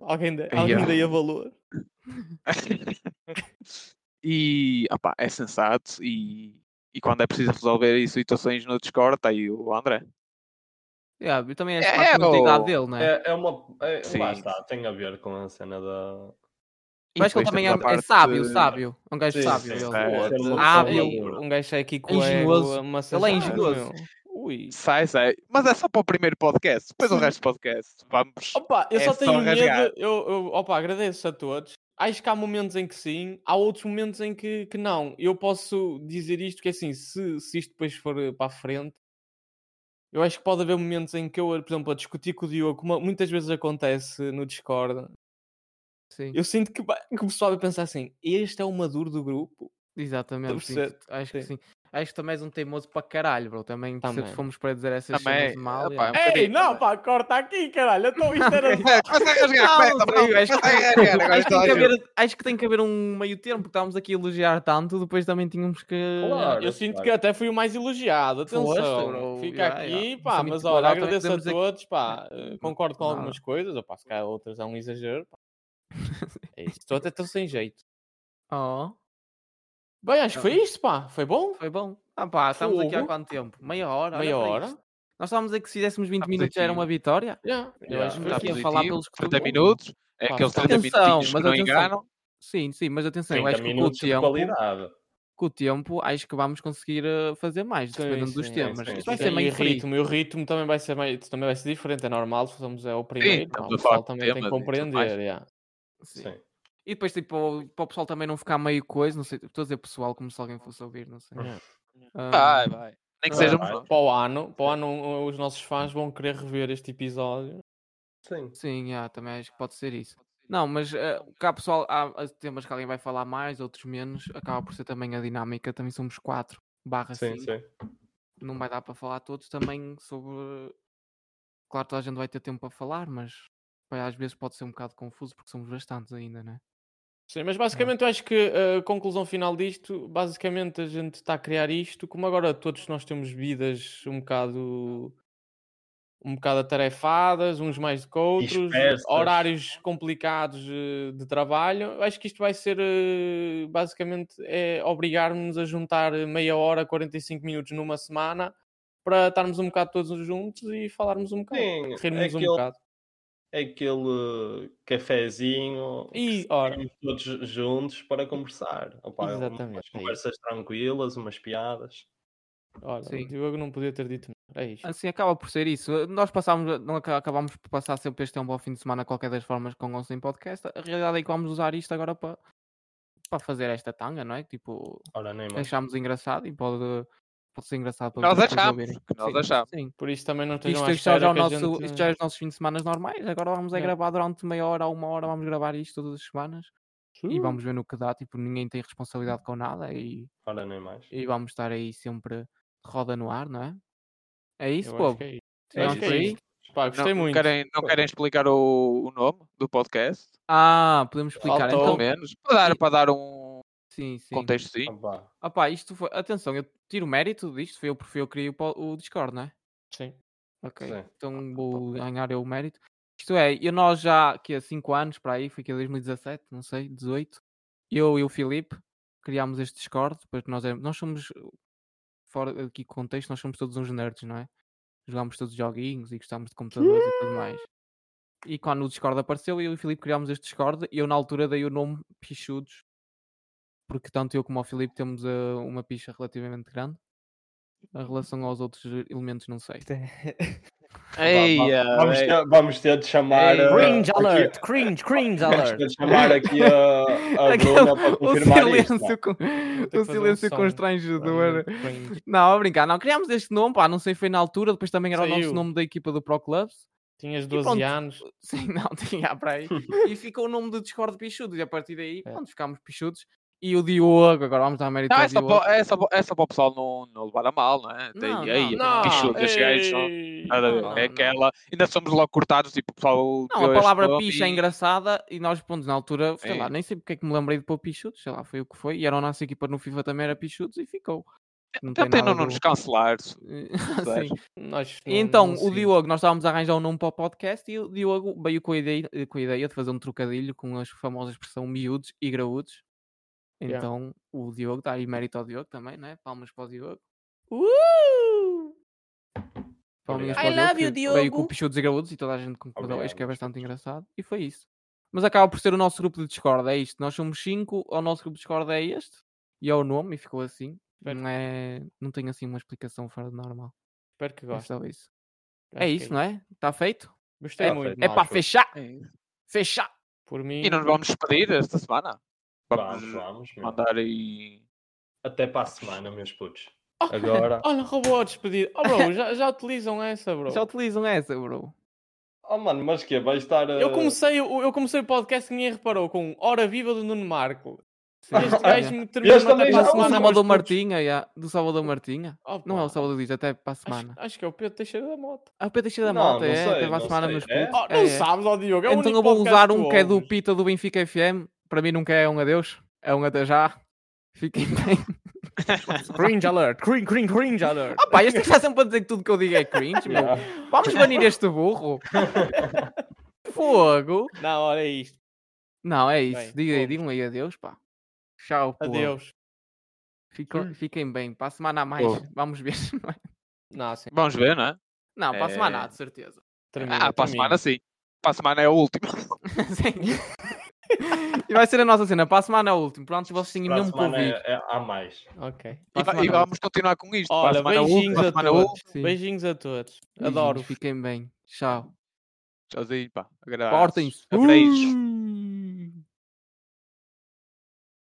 Speaker 3: Alguém, dê-
Speaker 5: Ai,
Speaker 3: alguém
Speaker 5: ah.
Speaker 3: daí a valor.
Speaker 5: e opá, é sensato e, e quando é preciso resolver aí situações no Discord, está aí o André.
Speaker 1: Yeah, eu também acho
Speaker 5: É,
Speaker 1: que faz muito da idade
Speaker 5: o-
Speaker 1: dele, não é?
Speaker 4: É, é uma. é- lá
Speaker 5: Sim.
Speaker 4: está, tem a ver com a cena da.
Speaker 1: Eu acho que ele também é,
Speaker 5: Influencer da
Speaker 1: é sábio,
Speaker 5: parte-
Speaker 1: sábio. É um gajo
Speaker 4: Sim,
Speaker 1: sábio.
Speaker 4: sim,
Speaker 1: ele.
Speaker 5: é.
Speaker 4: Pô,
Speaker 3: Outro.
Speaker 4: são-
Speaker 1: hábil.
Speaker 4: são
Speaker 3: Ei,
Speaker 4: loucura.
Speaker 3: Um gajo é aqui com
Speaker 1: Engenhoso.
Speaker 3: a massagem.
Speaker 1: é engenhoso.
Speaker 3: Ui.
Speaker 5: Sai, sai. Mas é só para o primeiro podcast. Depois o resto do podcast. Vamos.
Speaker 3: Opa, eu
Speaker 5: É
Speaker 3: só
Speaker 5: só
Speaker 3: tenho
Speaker 5: rasgar.
Speaker 3: medo. Eu, eu- opa, agradeço a todos. Acho que há momentos em que sim, há outros momentos em que, que não. Eu posso dizer isto que assim, se, se isto depois for eh, para a frente, eu acho que pode haver momentos em que eu, eh, por exemplo, a discutir com o Diogo, como muitas vezes acontece no Discord,
Speaker 1: Sim,
Speaker 3: eu sinto que, vai- que o pessoal vai pensar assim: este é o maduro do grupo.
Speaker 1: exatamente. sim,
Speaker 3: percebo,
Speaker 1: tu- Acho que
Speaker 3: sim.
Speaker 1: sim. Acho que também és um teimoso para caralho, bro. Também, se
Speaker 3: Também.
Speaker 1: fomos para dizer essas
Speaker 5: Também,
Speaker 1: cenas de mal.
Speaker 5: epá,
Speaker 1: yeah.
Speaker 5: um
Speaker 3: Ei,
Speaker 5: bocadinho,
Speaker 3: não,
Speaker 5: né?
Speaker 3: pá, corta aqui, caralho. Então isto era.
Speaker 5: É, Começa a
Speaker 1: Não,
Speaker 5: rasgar. Começa
Speaker 1: não sei,
Speaker 5: pronto,
Speaker 1: acho que-
Speaker 5: começa a rasgar. é, Agora
Speaker 1: Acho que,
Speaker 5: está
Speaker 1: tem
Speaker 5: a
Speaker 1: que
Speaker 5: gente.
Speaker 1: haver, acho que tem que haver um meio termo, porque estávamos aqui a elogiar tanto, depois também tínhamos que.
Speaker 4: Claro.
Speaker 3: Eu sinto
Speaker 4: claro.
Speaker 3: que até fui o mais elogiado, atenção.
Speaker 1: Foste, bro,
Speaker 3: Fica
Speaker 1: já,
Speaker 3: aqui,
Speaker 1: já.
Speaker 3: pá,
Speaker 1: Isso é
Speaker 3: mas
Speaker 1: muito
Speaker 3: olha,
Speaker 1: moral, também
Speaker 3: agradeço a
Speaker 1: podemos dizer que-
Speaker 3: todos, pá, eh, concordo com
Speaker 1: nada.
Speaker 3: algumas coisas, ou pá, se calhar outras é um exagero, pá. É isso, estou até tão sem jeito.
Speaker 1: Oh,
Speaker 3: Bem, acho que foi isto, pá, foi bom?
Speaker 1: foi bom. Ah, pá, estamos aqui há
Speaker 3: Fogo.
Speaker 1: quanto tempo? Meia hora. olha
Speaker 3: Meia
Speaker 1: para
Speaker 3: hora?
Speaker 1: isto. Nós estávamos a que se fizéssemos 20
Speaker 5: Tá
Speaker 1: minutos já era
Speaker 5: positivo.
Speaker 1: uma vitória.
Speaker 3: Já, Eu
Speaker 4: Já,
Speaker 3: acho
Speaker 1: tá
Speaker 5: Está
Speaker 3: que foi
Speaker 1: positivo.
Speaker 3: assim.
Speaker 1: falar pelos
Speaker 5: positivo.
Speaker 1: que
Speaker 5: 30
Speaker 1: tu-
Speaker 5: minutos. É
Speaker 3: Pá,
Speaker 5: aqueles
Speaker 3: atenção,
Speaker 5: 30 minutinhos que
Speaker 1: mas
Speaker 5: não
Speaker 1: atenção.
Speaker 5: enganam.
Speaker 1: Sim, sim, mas atenção, eu
Speaker 4: 30
Speaker 1: acho que com o
Speaker 4: minutos de
Speaker 1: tempo.
Speaker 4: qualidade.
Speaker 1: com o tempo acho que vamos conseguir eh, fazer mais,
Speaker 3: Sim,
Speaker 1: dependendo dos
Speaker 3: sim,
Speaker 1: temas.
Speaker 4: sim,
Speaker 1: Isto vai
Speaker 4: sim.
Speaker 1: ser
Speaker 3: E
Speaker 1: meio
Speaker 3: o
Speaker 1: free.
Speaker 3: ritmo, e o ritmo também vai ser meio, também vai ser diferente, é normal, somos é o primeiro,
Speaker 5: estamos
Speaker 3: não,
Speaker 5: a
Speaker 3: o
Speaker 5: falar
Speaker 3: pessoal
Speaker 5: de
Speaker 3: também tem que
Speaker 5: temas e tudo
Speaker 3: compreender,
Speaker 5: mais.
Speaker 3: yeah.
Speaker 1: Sim.
Speaker 4: Sim.
Speaker 1: E depois, tipo, para o pessoal também não ficar meio coisa, não sei, estou a dizer pessoal, como se alguém fosse ouvir, não sei.
Speaker 4: Uhum.
Speaker 3: Yeah.
Speaker 1: Ah,
Speaker 5: Vai, vai. Nem que seja
Speaker 4: vai.
Speaker 5: um
Speaker 3: Para o ano, para o ano uh, os nossos fãs vão querer rever este episódio.
Speaker 4: Sim.
Speaker 1: Sim, ah, também acho que pode ser isso. Não, mas ah, cá pessoal, há há temas que alguém vai falar mais, outros menos, acaba por ser também a dinâmica, também somos quatro barra
Speaker 4: Sim,
Speaker 1: cinco.
Speaker 4: sim.
Speaker 1: não vai dar para falar todos também sobre. Claro, toda a gente vai ter tempo para falar, mas pá, às vezes pode ser um bocado confuso porque somos bastantes ainda, né?
Speaker 3: Sim, mas basicamente eu acho que a conclusão final disto, basicamente a gente está a criar isto, como agora todos nós temos vidas um bocado um bocado atarefadas, uns mais do que outros,
Speaker 4: Dispersas.
Speaker 3: horários complicados eh, de trabalho. Eu acho que isto vai ser eh, basicamente é obrigar-nos a juntar meia hora, 45 minutos numa semana para estarmos um bocado todos juntos e falarmos um bocado,
Speaker 4: Sim,
Speaker 3: rirmos um
Speaker 4: aquele-
Speaker 3: bocado.
Speaker 4: É aquele cafezinho
Speaker 3: E
Speaker 4: que
Speaker 3: ora,
Speaker 4: saímos todos juntos para conversar. Opa,
Speaker 3: Exatamente, é
Speaker 4: Umas
Speaker 3: isso.
Speaker 4: conversas tranquilas, umas piadas.
Speaker 3: ora,
Speaker 1: Sim.
Speaker 3: o Diogo não podia ter dito melhor. É isto.
Speaker 1: Assim acaba por ser isso. Nós passámos, não aca- acabámos por passar sempre este tempo ao fim de semana, qualquer das formas, com ou sem podcast. A realidade é que vamos usar isto agora para, para fazer esta tanga, não é? Tipo,
Speaker 4: Ora, nem mais.
Speaker 1: achámos engraçado e pode, pode ser engraçado para
Speaker 5: Nós
Speaker 1: vocês
Speaker 5: achámos,
Speaker 1: ouvirem.
Speaker 5: que nós
Speaker 1: Sim,
Speaker 5: achámos.
Speaker 1: Sim.
Speaker 3: Por isso também não estejam
Speaker 1: Isto,
Speaker 3: à
Speaker 1: isto já é
Speaker 3: espera
Speaker 1: o
Speaker 3: que a
Speaker 1: nosso,
Speaker 3: gente-
Speaker 1: isto já é os nossos fins de semana normais. Agora vamos é
Speaker 3: Yeah.
Speaker 1: gravar durante meia hora, uma hora, vamos gravar isto todas as semanas.
Speaker 3: Hum.
Speaker 1: e vamos ver no que dá, tipo, ninguém tem responsabilidade com nada e,
Speaker 4: Ora, nem mais.
Speaker 1: e vamos estar aí sempre de roda no ar, não é? É isso,
Speaker 3: Eu acho
Speaker 1: povo?
Speaker 3: que é isso.
Speaker 1: Não
Speaker 3: acho que é
Speaker 1: sei.
Speaker 3: isto. Pá, gostei
Speaker 5: não,
Speaker 3: muito.
Speaker 4: é-
Speaker 5: Querem, não querem explicar o, o nome do podcast?
Speaker 1: Ah, podemos explicar.
Speaker 5: Pelo
Speaker 3: Faltou.
Speaker 1: Então,
Speaker 5: menos. Para dar, para dar um
Speaker 1: sim, sim.
Speaker 5: contexto, sim.
Speaker 4: Opa,
Speaker 1: Opá, isto foi... Atenção, eu tiro o mérito disto, foi eu porque fui eu que criei o, po- o Discord, não é?
Speaker 3: Sim.
Speaker 1: Ok,
Speaker 4: Sim.
Speaker 1: então vou ganhar eu o mérito. Isto é, eu nós já, que há 5 anos, para aí, foi que em 2017, não sei, 18, eu e o Filipe criámos este Discord, depois nós, éramos- nós somos, fora aqui do contexto, nós somos todos uns nerds, não é? Jogámos todos joguinhos e gostámos de computadores e tudo mais. E quando o Discord apareceu, eu e o Filipe criámos este Discord, e eu na altura dei o nome Pichudos, porque tanto eu como o Filipe temos eh, uma picha relativamente grande. Em relação aos outros elementos, não sei.
Speaker 5: Ei,
Speaker 4: vá-
Speaker 5: ah,
Speaker 4: vamos,
Speaker 5: ei.
Speaker 4: ter, vamos ter de chamar.
Speaker 1: Ei,
Speaker 4: uh,
Speaker 7: Cringe
Speaker 4: aqui-
Speaker 7: alert, cringe, cringe
Speaker 4: Vamos
Speaker 7: alert.
Speaker 4: ter de chamar aqui a, a
Speaker 1: Aquela-
Speaker 4: Bruna para
Speaker 1: o
Speaker 4: confirmar isto. é?
Speaker 1: silêncio, con-
Speaker 3: que
Speaker 1: o
Speaker 3: fazer um
Speaker 1: silêncio
Speaker 3: som um
Speaker 1: constrangedor.
Speaker 3: Cringe.
Speaker 1: Não, a brincar, não. Criámos este nome, pá, não sei, foi na altura, depois também era o
Speaker 3: Saiu.
Speaker 1: nosso nome da equipa do Pro Clubs.
Speaker 3: Tinhas
Speaker 1: pronto.
Speaker 3: 12 anos.
Speaker 1: Sim, não, tinha para aí. E ficou o nome do Discord Pichudos, e a partir daí,
Speaker 3: É.
Speaker 1: pronto, ficámos Pichudos. E o Diogo, agora vamos dar mérito
Speaker 5: Não,
Speaker 1: ao
Speaker 5: é só,
Speaker 1: Diogo.
Speaker 5: para, é, só para, é só para o pessoal não, não levar a mal, não é?
Speaker 1: Não,
Speaker 5: Daí, ei,
Speaker 1: não.
Speaker 5: Pichudos, estes gajos são-
Speaker 3: Ei.
Speaker 5: Nada a ver.
Speaker 1: Não, não,
Speaker 5: é
Speaker 1: não.
Speaker 5: aquela. Ainda somos logo cortados, tipo, o pessoal.
Speaker 1: Não,
Speaker 5: deu
Speaker 1: a
Speaker 5: este
Speaker 1: palavra
Speaker 5: nome
Speaker 1: picha é
Speaker 5: e-
Speaker 1: engraçada e nós, pronto, na altura, sei
Speaker 5: Sim.
Speaker 1: lá, nem sei porque é que me lembrei de pôr pichudos, sei lá, foi o que foi. E era a nossa equipa no FIFA também era pichudos e ficou. Não tem
Speaker 5: Tentem não,
Speaker 1: nada
Speaker 5: não
Speaker 1: do-
Speaker 5: nos cancelar. se-
Speaker 1: Sim.
Speaker 3: Nós
Speaker 1: E
Speaker 3: não-
Speaker 1: então,
Speaker 3: não
Speaker 1: o
Speaker 3: seguimos.
Speaker 1: Diogo, nós estávamos a arranjar um nome para o podcast e o Diogo veio com a ideia, com a ideia de fazer um trocadilho com a famosa expressão miúdos e graúdos.
Speaker 3: Yeah.
Speaker 1: Então, o Diogo, dá aí mérito ao Diogo também, né? Palmas para o Diogo. Palminhas
Speaker 3: Uh!
Speaker 4: Obrigado.
Speaker 1: para o
Speaker 7: I
Speaker 1: Diogo,
Speaker 7: love you,
Speaker 1: que Veio com
Speaker 7: Diogo.
Speaker 1: pichudos e graúdos e toda a gente concordou. Acho que é
Speaker 4: Obrigado, meus
Speaker 1: bastante engraçado. E foi isso. Mas acaba por ser o nosso grupo de Discord, é isto. Nós somos cinco, o nosso grupo de Discord é este. E é o nome, e ficou assim.
Speaker 3: Certo.
Speaker 1: Não, é... não tem assim uma explicação fora do normal.
Speaker 3: Espero que
Speaker 1: É
Speaker 3: gostem.
Speaker 1: só isso.
Speaker 3: Acho
Speaker 1: É
Speaker 3: que
Speaker 1: isso, não é? Está feito?
Speaker 3: Gostei
Speaker 4: É
Speaker 3: muito.
Speaker 4: feito.
Speaker 1: É
Speaker 4: Não,
Speaker 1: para
Speaker 4: acho-
Speaker 1: fechar!
Speaker 5: É isso.
Speaker 1: Fechar!
Speaker 3: Por mim.
Speaker 5: E não nos vamos despedir esta semana. Vamos,
Speaker 4: Vamos, vamos. meu.
Speaker 5: mandar aí.
Speaker 4: Até para a semana, meus putos.
Speaker 3: Oh,
Speaker 4: Agora.
Speaker 3: Olha, roubou a despedida. Oh, bro, já, já utilizam essa, bro.
Speaker 1: Já utilizam essa, bro.
Speaker 4: Oh, mano, mas que vai estar.
Speaker 3: Eu
Speaker 4: uh,
Speaker 3: comecei, o- eu comecei o podcast e ninguém reparou com Hora Viva do Nuno Marco. Este gajo me terminou
Speaker 4: Este também
Speaker 3: até para a
Speaker 4: já usa.
Speaker 1: Do
Speaker 3: semana, meus
Speaker 1: Salvador
Speaker 3: putos.
Speaker 1: Martinha, yeah. do Salvador Martinha.
Speaker 3: Oh,
Speaker 1: Não é o
Speaker 3: pá.
Speaker 1: Salvador Diz, até para a semana.
Speaker 3: Acho, acho que é o Pedro Teixeira da Moto.
Speaker 1: Ah, o Pedro Teixeira da
Speaker 4: Não,
Speaker 1: Mota,
Speaker 4: não
Speaker 1: é,
Speaker 4: sei,
Speaker 1: até para a
Speaker 4: não
Speaker 1: semana
Speaker 4: sei,
Speaker 1: nos
Speaker 4: é?
Speaker 1: putos.
Speaker 3: Oh, não
Speaker 1: é, é.
Speaker 3: sabes, ó Diogo. É o
Speaker 1: Então
Speaker 3: único
Speaker 1: eu vou
Speaker 3: podcast
Speaker 1: usar um que é do
Speaker 3: ouves.
Speaker 1: Pita do Benfica FM. Para mim nunca é um adeus, é um até já. Fiquem bem.
Speaker 7: Cringe alert, cringe, cringe, cringe alert.
Speaker 1: Ah pá, este está sempre a dizer que tudo que eu digo é cringe, meu.
Speaker 4: yeah.
Speaker 1: Vamos banir este burro. Fogo.
Speaker 3: Não, olha isto.
Speaker 1: Não, é
Speaker 3: Bem,
Speaker 1: isso. Diga aí,
Speaker 3: fomos.
Speaker 1: digam aí adeus, pá. Tchau, pô.
Speaker 3: Adeus. Hum.
Speaker 1: Fico- Fiquem bem. Para a semana a mais,
Speaker 5: Porra.
Speaker 1: vamos ver. não é?
Speaker 3: Não, assim,
Speaker 5: Vamos ver, não é?
Speaker 1: Não, para a semana
Speaker 5: É.
Speaker 1: há, de certeza.
Speaker 3: termina,
Speaker 5: Ah, para a
Speaker 3: termina.
Speaker 5: semana sim. Para a semana é a última.
Speaker 1: Sim. E vai ser a nossa cena. Para a semana é o último. Pronto, vocês têm
Speaker 4: Para a
Speaker 1: mesmo que
Speaker 4: semana
Speaker 1: ouvir.
Speaker 4: é, é, há mais.
Speaker 3: Ok.
Speaker 5: E, va- e vamos continuar com isto. para a
Speaker 3: é
Speaker 5: semana
Speaker 3: Olha,
Speaker 5: outra,
Speaker 3: beijinhos
Speaker 5: para a
Speaker 3: a
Speaker 1: é
Speaker 5: semana outra.
Speaker 3: todos.
Speaker 1: Sim.
Speaker 3: Beijinhos a todos.
Speaker 1: Beijinhos,
Speaker 3: Adoro.
Speaker 1: Fiquem bem. Tchau.
Speaker 5: Tchauzinho, Assim, pá.
Speaker 1: Portem-se.
Speaker 3: Uh!
Speaker 5: Abraços.